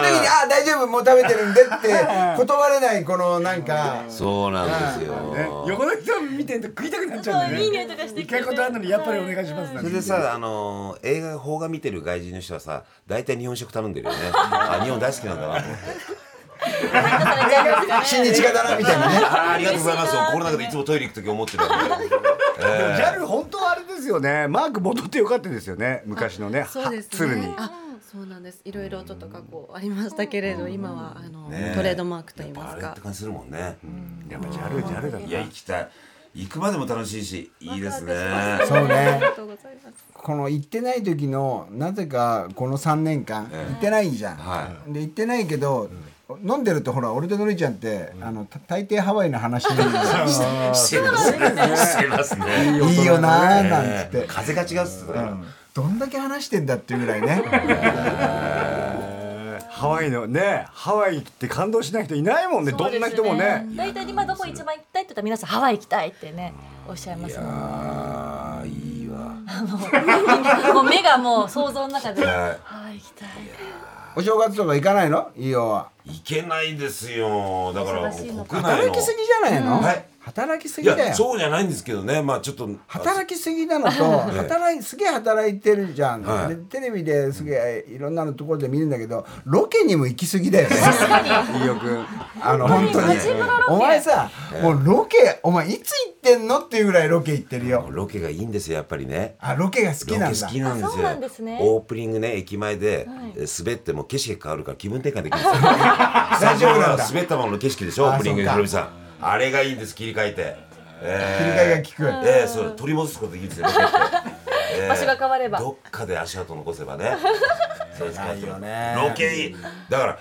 [SPEAKER 5] の時に、あ、大丈夫、もう食べてるんでって、断れない、このなんか。
[SPEAKER 2] そうなんですよ
[SPEAKER 3] 横の人見てると食いたくなっちゃうんだよ
[SPEAKER 4] いい
[SPEAKER 3] ね
[SPEAKER 4] 匂いとかして
[SPEAKER 3] 一回断るのにやっぱりお願いしますな
[SPEAKER 2] そ
[SPEAKER 3] ん
[SPEAKER 2] れ
[SPEAKER 3] て
[SPEAKER 2] でさあの映画邦画見てる外人の人はさ大体日本食頼んでるよねあ日本大好きなんだなと思って
[SPEAKER 5] 親日家だなみたいなね。
[SPEAKER 2] あーありがとうございますコロナ禍でいつもトイレ行く時思ってるわけで
[SPEAKER 10] でも JAL 本当はあれですよねマーク戻ってよかったですよね昔のね
[SPEAKER 9] そうですね。
[SPEAKER 10] 鶴に
[SPEAKER 9] あ、そうなんです。いろいろちょっと過去ありましたけれど、今はあの、
[SPEAKER 2] ねえ
[SPEAKER 9] トレードマークと言いま
[SPEAKER 2] あ
[SPEAKER 9] す
[SPEAKER 2] れっ
[SPEAKER 9] か
[SPEAKER 2] て。感じするもんね
[SPEAKER 10] やっぱ JAL JAL だ
[SPEAKER 2] いや行きたい行くまでも楽しいしいいですね
[SPEAKER 5] そう
[SPEAKER 9] あ
[SPEAKER 5] ね
[SPEAKER 9] り。がとうございます。
[SPEAKER 5] この行ってない時の、なぜか、この三年間、行ってないじゃ
[SPEAKER 2] は
[SPEAKER 5] ん。で、行ってないけど。飲んでるとほら俺とのりちゃんって、あのた大抵ハワイの話 に
[SPEAKER 2] してますねしてますね
[SPEAKER 5] いいよなーなんつって、
[SPEAKER 2] ね風が違うっすね
[SPEAKER 5] どんだけ話してんだっていうぐらいね
[SPEAKER 10] ハワイのねハワイって感動しない人いないもんねどんな人もね。
[SPEAKER 4] 大体今どこ一番行きたいって言ったら皆さんハワイ行きたいってねおっしゃいますもんね。
[SPEAKER 2] あーいいわ
[SPEAKER 4] もう目がもう想像の中で。
[SPEAKER 2] は
[SPEAKER 4] ハワイ行きたい。
[SPEAKER 5] お正月とか行かないのいいよはい
[SPEAKER 2] 行けないですよだからもう
[SPEAKER 4] 忙しいのか
[SPEAKER 2] 国内
[SPEAKER 5] 働
[SPEAKER 2] の
[SPEAKER 5] きすぎじゃないの、
[SPEAKER 2] はい
[SPEAKER 5] 働きす
[SPEAKER 2] い
[SPEAKER 5] ぎだ
[SPEAKER 2] や
[SPEAKER 5] よ
[SPEAKER 2] そうじゃないんですけどねまあちょっと
[SPEAKER 5] 働きすぎなのと働いすげえ働いてるじゃん、
[SPEAKER 2] はい
[SPEAKER 5] でテレビですげえいろんなのところで見るんだけどロケにも行き過ぎだよね
[SPEAKER 10] いいよく
[SPEAKER 5] あの本当に
[SPEAKER 4] 街ブラロケ
[SPEAKER 5] お前さもうロケお前いつ行ってんのっていうぐらいロケ行ってるよ
[SPEAKER 2] ロケがいいんですよやっぱりね
[SPEAKER 5] あロケが好き
[SPEAKER 2] ロケ
[SPEAKER 5] なん
[SPEAKER 2] 好
[SPEAKER 5] だ
[SPEAKER 2] きなんですよ
[SPEAKER 4] あそうなんですね
[SPEAKER 2] オープニングね駅前で、えー滑ってもう景色が変わるから気分転換できるんですよ
[SPEAKER 5] 大丈夫なんだ
[SPEAKER 2] 滑ったままの景色でしょオ
[SPEAKER 5] あ
[SPEAKER 2] ープニングで
[SPEAKER 5] そっ
[SPEAKER 2] ヒ
[SPEAKER 5] か
[SPEAKER 2] ロミさんあれがいいんです切り替えて、え
[SPEAKER 5] 切り替えが効く
[SPEAKER 2] ええそう取り戻すことできるんですよ、ロ ケってええ
[SPEAKER 4] 場所が変われば
[SPEAKER 2] どっかで足跡残せばねそうです
[SPEAKER 5] 偉いよね
[SPEAKER 2] ロケいいだから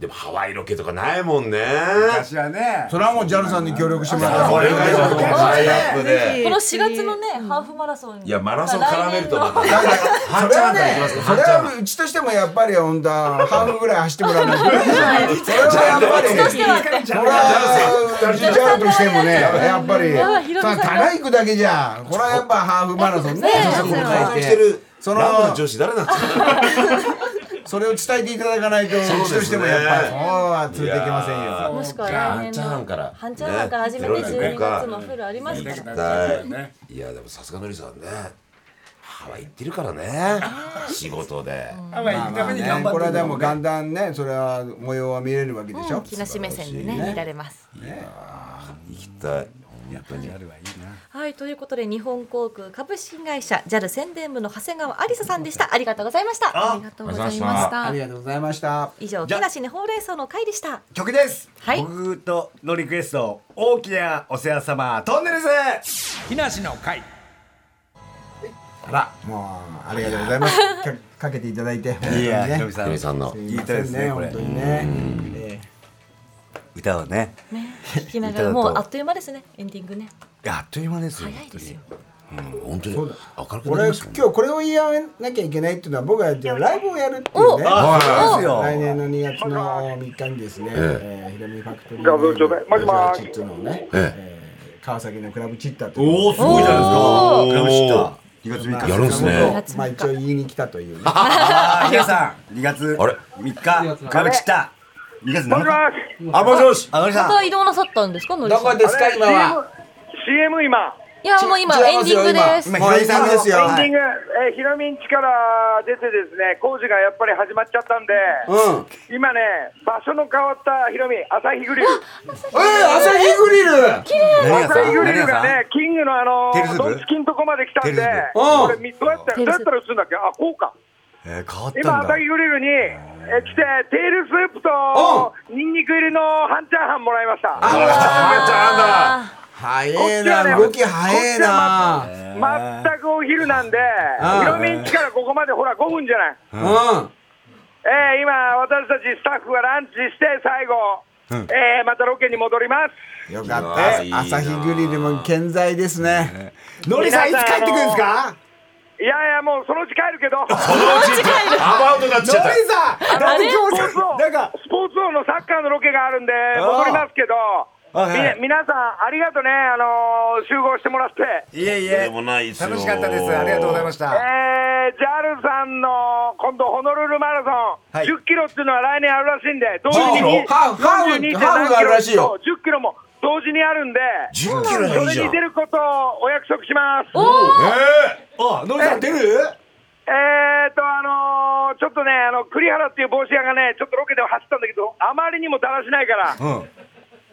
[SPEAKER 2] でもハワイロケとかないもんね
[SPEAKER 10] 昔はね
[SPEAKER 5] それはもう JAL さんに協力してもらった
[SPEAKER 2] これぐらいのタイアップで
[SPEAKER 4] この4月のねハーフマラソン。
[SPEAKER 2] いやマラソン絡めるとまた
[SPEAKER 4] 来年の
[SPEAKER 5] だから
[SPEAKER 2] ハ
[SPEAKER 5] そ
[SPEAKER 2] ンチ
[SPEAKER 5] れ
[SPEAKER 2] ャー
[SPEAKER 5] は
[SPEAKER 2] ンタいき
[SPEAKER 5] ね
[SPEAKER 2] ますか
[SPEAKER 5] そ
[SPEAKER 2] ハン
[SPEAKER 5] れ
[SPEAKER 2] チャー
[SPEAKER 5] はうちとしてもやっぱり本当はハーフぐらい走ってもらわないとそれはやっぱり
[SPEAKER 4] うちとしては って
[SPEAKER 5] これはジャルとしてもね、やっぱり、ただ棚行くだけじゃん。これはやっぱハーフマラソンね。そこ
[SPEAKER 2] ン
[SPEAKER 5] も
[SPEAKER 2] 興
[SPEAKER 5] 書
[SPEAKER 2] 奮
[SPEAKER 5] い
[SPEAKER 2] して
[SPEAKER 5] て
[SPEAKER 2] る
[SPEAKER 5] その
[SPEAKER 2] ラブの女子誰なんですか
[SPEAKER 5] それを伝えていただかないと、うちとしてもやっぱり、そうは連れていけませんよ。
[SPEAKER 4] もしくは
[SPEAKER 2] ハ
[SPEAKER 4] 来
[SPEAKER 2] ン
[SPEAKER 4] 年
[SPEAKER 2] チャーンから
[SPEAKER 4] のハンチャーハンから始めて
[SPEAKER 2] ね
[SPEAKER 4] 12月のフルありますから。
[SPEAKER 2] はいいやでもさすがのりさんねハワイ行ってるからね仕事で
[SPEAKER 3] ハワイ行くために頑張って
[SPEAKER 5] これは
[SPEAKER 3] るんだ
[SPEAKER 5] で
[SPEAKER 3] も
[SPEAKER 5] も
[SPEAKER 3] んね
[SPEAKER 5] だんだんね、それは模様は見れるわけでしょ。
[SPEAKER 4] 木梨目線でね見られます。
[SPEAKER 2] 行きたい本当に
[SPEAKER 4] はいということで日本航空株式会社 JAL 宣伝部の長谷川ありささんでした。ありがとうございました。
[SPEAKER 9] ありがとうございました。
[SPEAKER 5] ありがとうございました。
[SPEAKER 4] 以上木梨ねほうれん草の会でした。
[SPEAKER 10] 曲です、
[SPEAKER 4] はい
[SPEAKER 10] 僕とのリクエスト大きなお世話様トンネルズ
[SPEAKER 7] 木梨の会
[SPEAKER 5] あら、もう、ありがとうござい ます。かかけていただいて、本当に
[SPEAKER 10] いやひろ
[SPEAKER 5] ね
[SPEAKER 10] み。さ
[SPEAKER 2] の
[SPEAKER 10] ん
[SPEAKER 2] りさんの
[SPEAKER 5] いいですね、本当にね。え
[SPEAKER 10] 歌をね
[SPEAKER 4] 聞きながらもうあっという間ですねエンディングね
[SPEAKER 10] いやあっという間ですよ
[SPEAKER 4] 早いですよ
[SPEAKER 2] 本当に明るくな
[SPEAKER 5] 俺
[SPEAKER 2] り
[SPEAKER 5] 今
[SPEAKER 2] ましたもん
[SPEAKER 5] 日これを言い合わなきゃいけないっていうのは僕はじゃあライブをやるっていうね
[SPEAKER 10] そうですよ
[SPEAKER 5] 来年の2月の3日にですね、えー、ヒロミファクトリー
[SPEAKER 6] 画像ちょうだいもしもーし
[SPEAKER 5] ラジオチットのね、
[SPEAKER 2] え
[SPEAKER 5] えー川崎のクラブチッターという
[SPEAKER 10] おおすごいじゃないですか
[SPEAKER 2] おー
[SPEAKER 10] クラブシッター2月3
[SPEAKER 2] やるんすね
[SPEAKER 5] まあ一応言いに来たと いうね
[SPEAKER 10] あー皆さん2月
[SPEAKER 2] あれ
[SPEAKER 10] 3日歌舞伎た2月
[SPEAKER 6] もしも
[SPEAKER 10] 7日
[SPEAKER 6] し
[SPEAKER 2] あ、もしもし。
[SPEAKER 10] あのりさ
[SPEAKER 4] ま
[SPEAKER 10] ん
[SPEAKER 4] た移動なさったんですかのり
[SPEAKER 5] ど
[SPEAKER 4] さ
[SPEAKER 5] こ
[SPEAKER 4] ん
[SPEAKER 5] ですか今は
[SPEAKER 6] CM 今
[SPEAKER 4] いやもう今
[SPEAKER 5] 違い
[SPEAKER 4] エ
[SPEAKER 5] ま
[SPEAKER 4] ン
[SPEAKER 5] す
[SPEAKER 4] ディ
[SPEAKER 5] よ
[SPEAKER 4] ングです
[SPEAKER 5] 今もうエンディングですよ
[SPEAKER 6] エンディング、えー、ヒロミンチから出てですね工事がやっぱり始まっちゃったんで、
[SPEAKER 5] うん
[SPEAKER 6] 今ね場所の変わったヒロミ朝日グリル
[SPEAKER 5] えー、朝日グリル
[SPEAKER 10] 何屋
[SPEAKER 6] 朝
[SPEAKER 10] さ
[SPEAKER 6] 日
[SPEAKER 10] ん
[SPEAKER 6] グリ
[SPEAKER 10] 何
[SPEAKER 6] ル
[SPEAKER 10] 屋
[SPEAKER 6] が
[SPEAKER 10] さん
[SPEAKER 6] ねキングのあの
[SPEAKER 10] テールスープ
[SPEAKER 6] ドンチキンとこまで来たんで
[SPEAKER 10] テールス
[SPEAKER 5] ープ
[SPEAKER 6] これみどうやってど
[SPEAKER 4] テー
[SPEAKER 6] うや
[SPEAKER 4] ル
[SPEAKER 6] っ
[SPEAKER 4] スープ
[SPEAKER 6] たら打つんだっけあこうか
[SPEAKER 10] えー変わっ
[SPEAKER 6] 今
[SPEAKER 10] たんだ
[SPEAKER 6] 朝日グリルに、えー来てテールスープとニンニク入りの半チャーハンもらいました
[SPEAKER 2] あ、めっちゃあんだ。
[SPEAKER 5] 早えな動き早えな
[SPEAKER 6] 全くお昼なんで
[SPEAKER 5] あ
[SPEAKER 6] ヒロミンチからここまでほら5分じゃない
[SPEAKER 5] うん
[SPEAKER 6] えー、今、私たちスタッフがランチして、最後、えー、またロケに戻ります。
[SPEAKER 5] よかった
[SPEAKER 2] いい
[SPEAKER 5] よ
[SPEAKER 2] な
[SPEAKER 5] 朝日グリルも健在ですね
[SPEAKER 10] のりさんいつ帰ってくるんですか
[SPEAKER 6] いやいや、もうそのうち帰る けど、
[SPEAKER 2] このうち、アバウトになっちゃっ
[SPEAKER 10] のりさんだって今
[SPEAKER 6] スポー
[SPEAKER 10] 日
[SPEAKER 6] ツ王
[SPEAKER 10] なんか
[SPEAKER 6] スポーツ王のサッカーのロケがあるんで、戻りますけど、
[SPEAKER 10] はいはい
[SPEAKER 6] み皆さん、ありがとうね、あのー集合してもらって、
[SPEAKER 10] いえい
[SPEAKER 2] た。で
[SPEAKER 10] え
[SPEAKER 2] もないですよ。
[SPEAKER 10] 楽しかったですありがとうございました
[SPEAKER 6] えー、JAL さんの今度、ホノルルマラソン、
[SPEAKER 10] はい
[SPEAKER 6] 10キロっていうのは来年あるらしいんで、同時に
[SPEAKER 5] ハーフハーフハーフがあるらしいよ
[SPEAKER 6] と10キロも同時にあるんで、
[SPEAKER 2] 10キロ
[SPEAKER 6] そ
[SPEAKER 2] もいい
[SPEAKER 6] れ
[SPEAKER 2] じゃ
[SPEAKER 6] に
[SPEAKER 2] ん
[SPEAKER 6] 出。ることをお約束します。
[SPEAKER 10] あのりさん出る
[SPEAKER 6] えーと、あのーちょっとね、あの栗原っていう帽子屋がね、ちょっとロケでは走ったんだけど、あまりにもだらしないから、
[SPEAKER 10] うん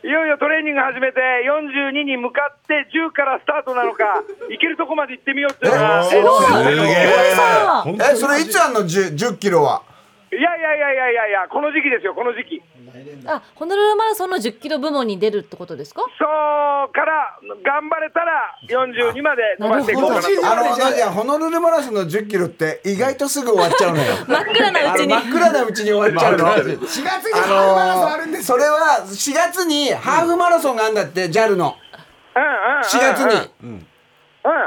[SPEAKER 6] いよいよトレーニング始めて、42に向かって10からスタートな のか、行けるとこまで行ってみようっていうのが、えーロケ
[SPEAKER 2] す
[SPEAKER 6] の
[SPEAKER 2] げ
[SPEAKER 6] 最後の
[SPEAKER 2] え。
[SPEAKER 5] えそれいつあんの10 10キロはい
[SPEAKER 6] やいやいやいやいやいや、この時期ですよ、この時期。
[SPEAKER 4] あホノルルマラソンの10キロ部門に出るってことですか
[SPEAKER 6] そうから、頑張れたら42まで伸ばしていこうかなと。
[SPEAKER 5] あのなんかホノルルマラソンの10キロって意外とすぐ終わっちゃうのよ
[SPEAKER 4] 真っ暗な
[SPEAKER 5] あ
[SPEAKER 4] うち
[SPEAKER 5] の
[SPEAKER 4] に
[SPEAKER 5] 真っ暗なうちに終わっちゃうの4月にハーフマラソンあるんですそれは4月にハーフマラソンがあるんだって JAL の
[SPEAKER 6] うんうんうんう
[SPEAKER 5] 4
[SPEAKER 6] ん
[SPEAKER 5] 月に
[SPEAKER 6] うん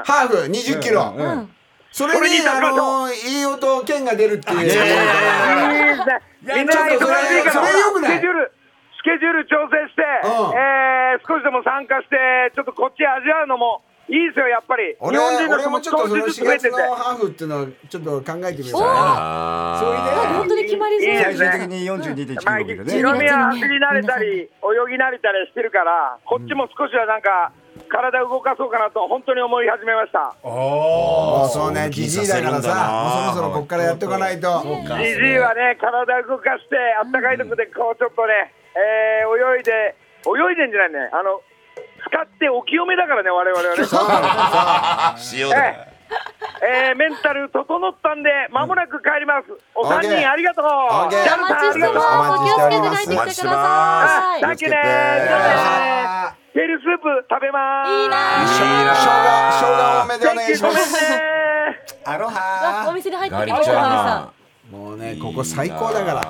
[SPEAKER 5] ハーフ20キロ、それ
[SPEAKER 6] これに
[SPEAKER 5] に、
[SPEAKER 6] 行
[SPEAKER 5] あ
[SPEAKER 6] きましょう
[SPEAKER 5] の飯尾と健が出るっていう。
[SPEAKER 6] みんな忙しいから、
[SPEAKER 5] それ良くない
[SPEAKER 6] スケジュール、スケジュール調整して、
[SPEAKER 5] うん
[SPEAKER 6] えー少しでも参加して、ちょっとこっち味わうのもいいですよ、やっぱり。
[SPEAKER 5] 俺俺もちょっとその
[SPEAKER 6] 少しずつ
[SPEAKER 5] 4
[SPEAKER 6] 増え
[SPEAKER 5] 月
[SPEAKER 6] てて。
[SPEAKER 5] のハーフっていうのをちょっと考えてみる
[SPEAKER 4] 本当に決まりそう
[SPEAKER 10] 最
[SPEAKER 6] いい
[SPEAKER 10] 終
[SPEAKER 6] ね
[SPEAKER 10] 的に42.195
[SPEAKER 6] まあ、
[SPEAKER 10] だけどね
[SPEAKER 6] 白身は走り慣れたり、泳ぎ慣れたりしてるから、こっちも少しはなんか、体動かそうかなと、本当に思い始めました。
[SPEAKER 5] もうそうねじじいだから
[SPEAKER 2] 気にさせるんだな
[SPEAKER 5] さもうそろそろこっからやっておかないと
[SPEAKER 6] じじいはね、体動かして、あったかいとこで、こうちょっとね、えー泳いで、泳いでんじゃないね、あの使ってお清めだからね、我々 はね。
[SPEAKER 2] 塩だ。
[SPEAKER 6] えーメンタル整ったんで、まもなく帰ります。お三人
[SPEAKER 5] OK
[SPEAKER 6] ありがとう。
[SPEAKER 5] OK
[SPEAKER 6] ジャ
[SPEAKER 4] お
[SPEAKER 6] ル
[SPEAKER 4] 待
[SPEAKER 6] さんあ
[SPEAKER 4] ちし
[SPEAKER 6] り
[SPEAKER 4] て
[SPEAKER 6] がとう。
[SPEAKER 4] ますお気をつけて帰
[SPEAKER 2] お
[SPEAKER 4] っ
[SPEAKER 2] 待
[SPEAKER 4] て
[SPEAKER 2] ちして
[SPEAKER 4] きてくだ
[SPEAKER 2] ま
[SPEAKER 4] さ
[SPEAKER 6] あ
[SPEAKER 4] い
[SPEAKER 6] サンキューね
[SPEAKER 2] 気をつけて
[SPEAKER 5] あ
[SPEAKER 6] テールスープ食べま
[SPEAKER 4] いい
[SPEAKER 6] す。
[SPEAKER 4] な
[SPEAKER 5] ー生姜生姜多めでお願いしま
[SPEAKER 6] ごめん
[SPEAKER 5] す
[SPEAKER 6] ね。
[SPEAKER 10] アロ
[SPEAKER 4] あ
[SPEAKER 10] ハ
[SPEAKER 4] お店に入って
[SPEAKER 2] ガ
[SPEAKER 4] き
[SPEAKER 2] リ
[SPEAKER 4] て
[SPEAKER 2] ッ
[SPEAKER 4] 小
[SPEAKER 2] チャー
[SPEAKER 4] さ
[SPEAKER 2] ハ
[SPEAKER 5] もうねここ最高だから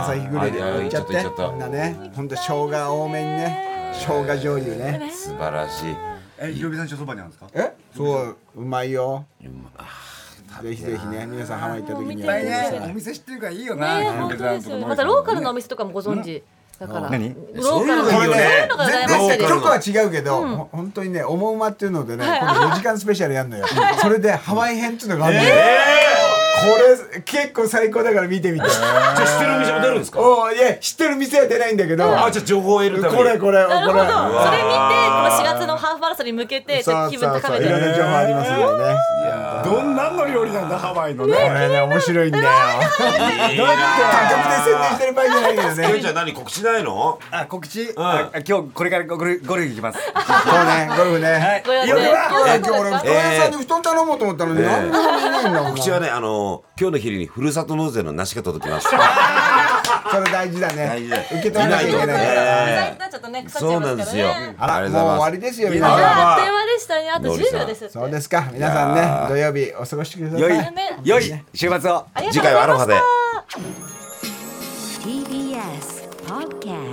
[SPEAKER 5] 朝日ぐらいで行っちゃって
[SPEAKER 2] あいや行っちゃった行っちゃった
[SPEAKER 5] だねほんと生姜多めにね生姜醤油ね
[SPEAKER 2] ー。素晴らしい。
[SPEAKER 10] えひろみさんちそばにあるんですか
[SPEAKER 5] えそううまいよぜひぜひね皆さんハワイ行った時に
[SPEAKER 10] いっ
[SPEAKER 5] やっ
[SPEAKER 10] ぱ
[SPEAKER 5] て
[SPEAKER 10] い
[SPEAKER 5] くだ
[SPEAKER 10] ね
[SPEAKER 5] さ
[SPEAKER 10] お
[SPEAKER 5] い
[SPEAKER 10] 店知ってるからいいよ
[SPEAKER 4] ん
[SPEAKER 10] なひ
[SPEAKER 4] ねえ
[SPEAKER 10] ろ
[SPEAKER 4] 本
[SPEAKER 10] み
[SPEAKER 4] 当
[SPEAKER 10] さん
[SPEAKER 4] で
[SPEAKER 10] と
[SPEAKER 4] す
[SPEAKER 10] か
[SPEAKER 4] よ
[SPEAKER 10] も
[SPEAKER 4] またローカルのお店とかもご存知だからロ
[SPEAKER 10] 何
[SPEAKER 4] ーカルのお
[SPEAKER 5] こ
[SPEAKER 4] 店
[SPEAKER 5] れ
[SPEAKER 4] そういう
[SPEAKER 5] ね
[SPEAKER 4] のが
[SPEAKER 5] 全
[SPEAKER 4] 羨まし
[SPEAKER 5] 然
[SPEAKER 4] いで
[SPEAKER 5] 曲は
[SPEAKER 4] す
[SPEAKER 5] 違うけど、ほ本当にね「思うま」っていうのでね、今度4時間スペシャルやるのよそれでハワイ編っていうのがあるのよ、これ結構最高だから見てみて、
[SPEAKER 2] じゃあ、知ってる店も出るんですか。
[SPEAKER 5] おういや知ってる店は出ないんだけど、
[SPEAKER 2] あ、じゃあ、情報を得るため
[SPEAKER 5] これ
[SPEAKER 2] に。
[SPEAKER 5] これこれ
[SPEAKER 4] なるほどそれ見てこの4月のハーフマラソンに向けてちょっと気分高め
[SPEAKER 5] いろんな
[SPEAKER 4] て
[SPEAKER 5] 情報ありますよね
[SPEAKER 10] どんなんの料理なんだハワイのね
[SPEAKER 5] これね面白いんだよ
[SPEAKER 2] いいな
[SPEAKER 5] 他局で宣伝してる場合じゃないけどね
[SPEAKER 2] ケンちゃん、何告知ないの。
[SPEAKER 10] あ告知あ今日これからゴルフゴルフ行きます
[SPEAKER 5] そうねゴルフね、
[SPEAKER 10] はい
[SPEAKER 4] ご予定
[SPEAKER 10] いや
[SPEAKER 5] いや今日俺布団
[SPEAKER 2] え
[SPEAKER 5] 屋さんに布団頼もうと思ったのに、なんでもいないんだもん
[SPEAKER 2] 告知はね、あの、今日の昼に、ふるさと納税の梨が届きます。
[SPEAKER 5] それ大事だね
[SPEAKER 2] 大事だよ
[SPEAKER 5] 受け取らなきゃいけないから
[SPEAKER 2] え
[SPEAKER 4] ちょっとね腐っちゃ
[SPEAKER 2] そ
[SPEAKER 4] いう
[SPEAKER 2] な
[SPEAKER 4] ま
[SPEAKER 2] んですす
[SPEAKER 4] か
[SPEAKER 2] よ。
[SPEAKER 4] らね
[SPEAKER 5] あら、もう終わりですよ、皆
[SPEAKER 4] あ
[SPEAKER 5] さん。
[SPEAKER 4] らあっという間でしたねあと10秒ですって
[SPEAKER 5] そうですか、皆さん
[SPEAKER 2] いや
[SPEAKER 5] ね
[SPEAKER 2] ー、
[SPEAKER 5] 土曜日お過ごしくだ
[SPEAKER 10] 良い
[SPEAKER 5] さい。
[SPEAKER 10] 良い週末を
[SPEAKER 4] ありがとうございました
[SPEAKER 2] 次回はアロハで。
[SPEAKER 1] TBS Podcast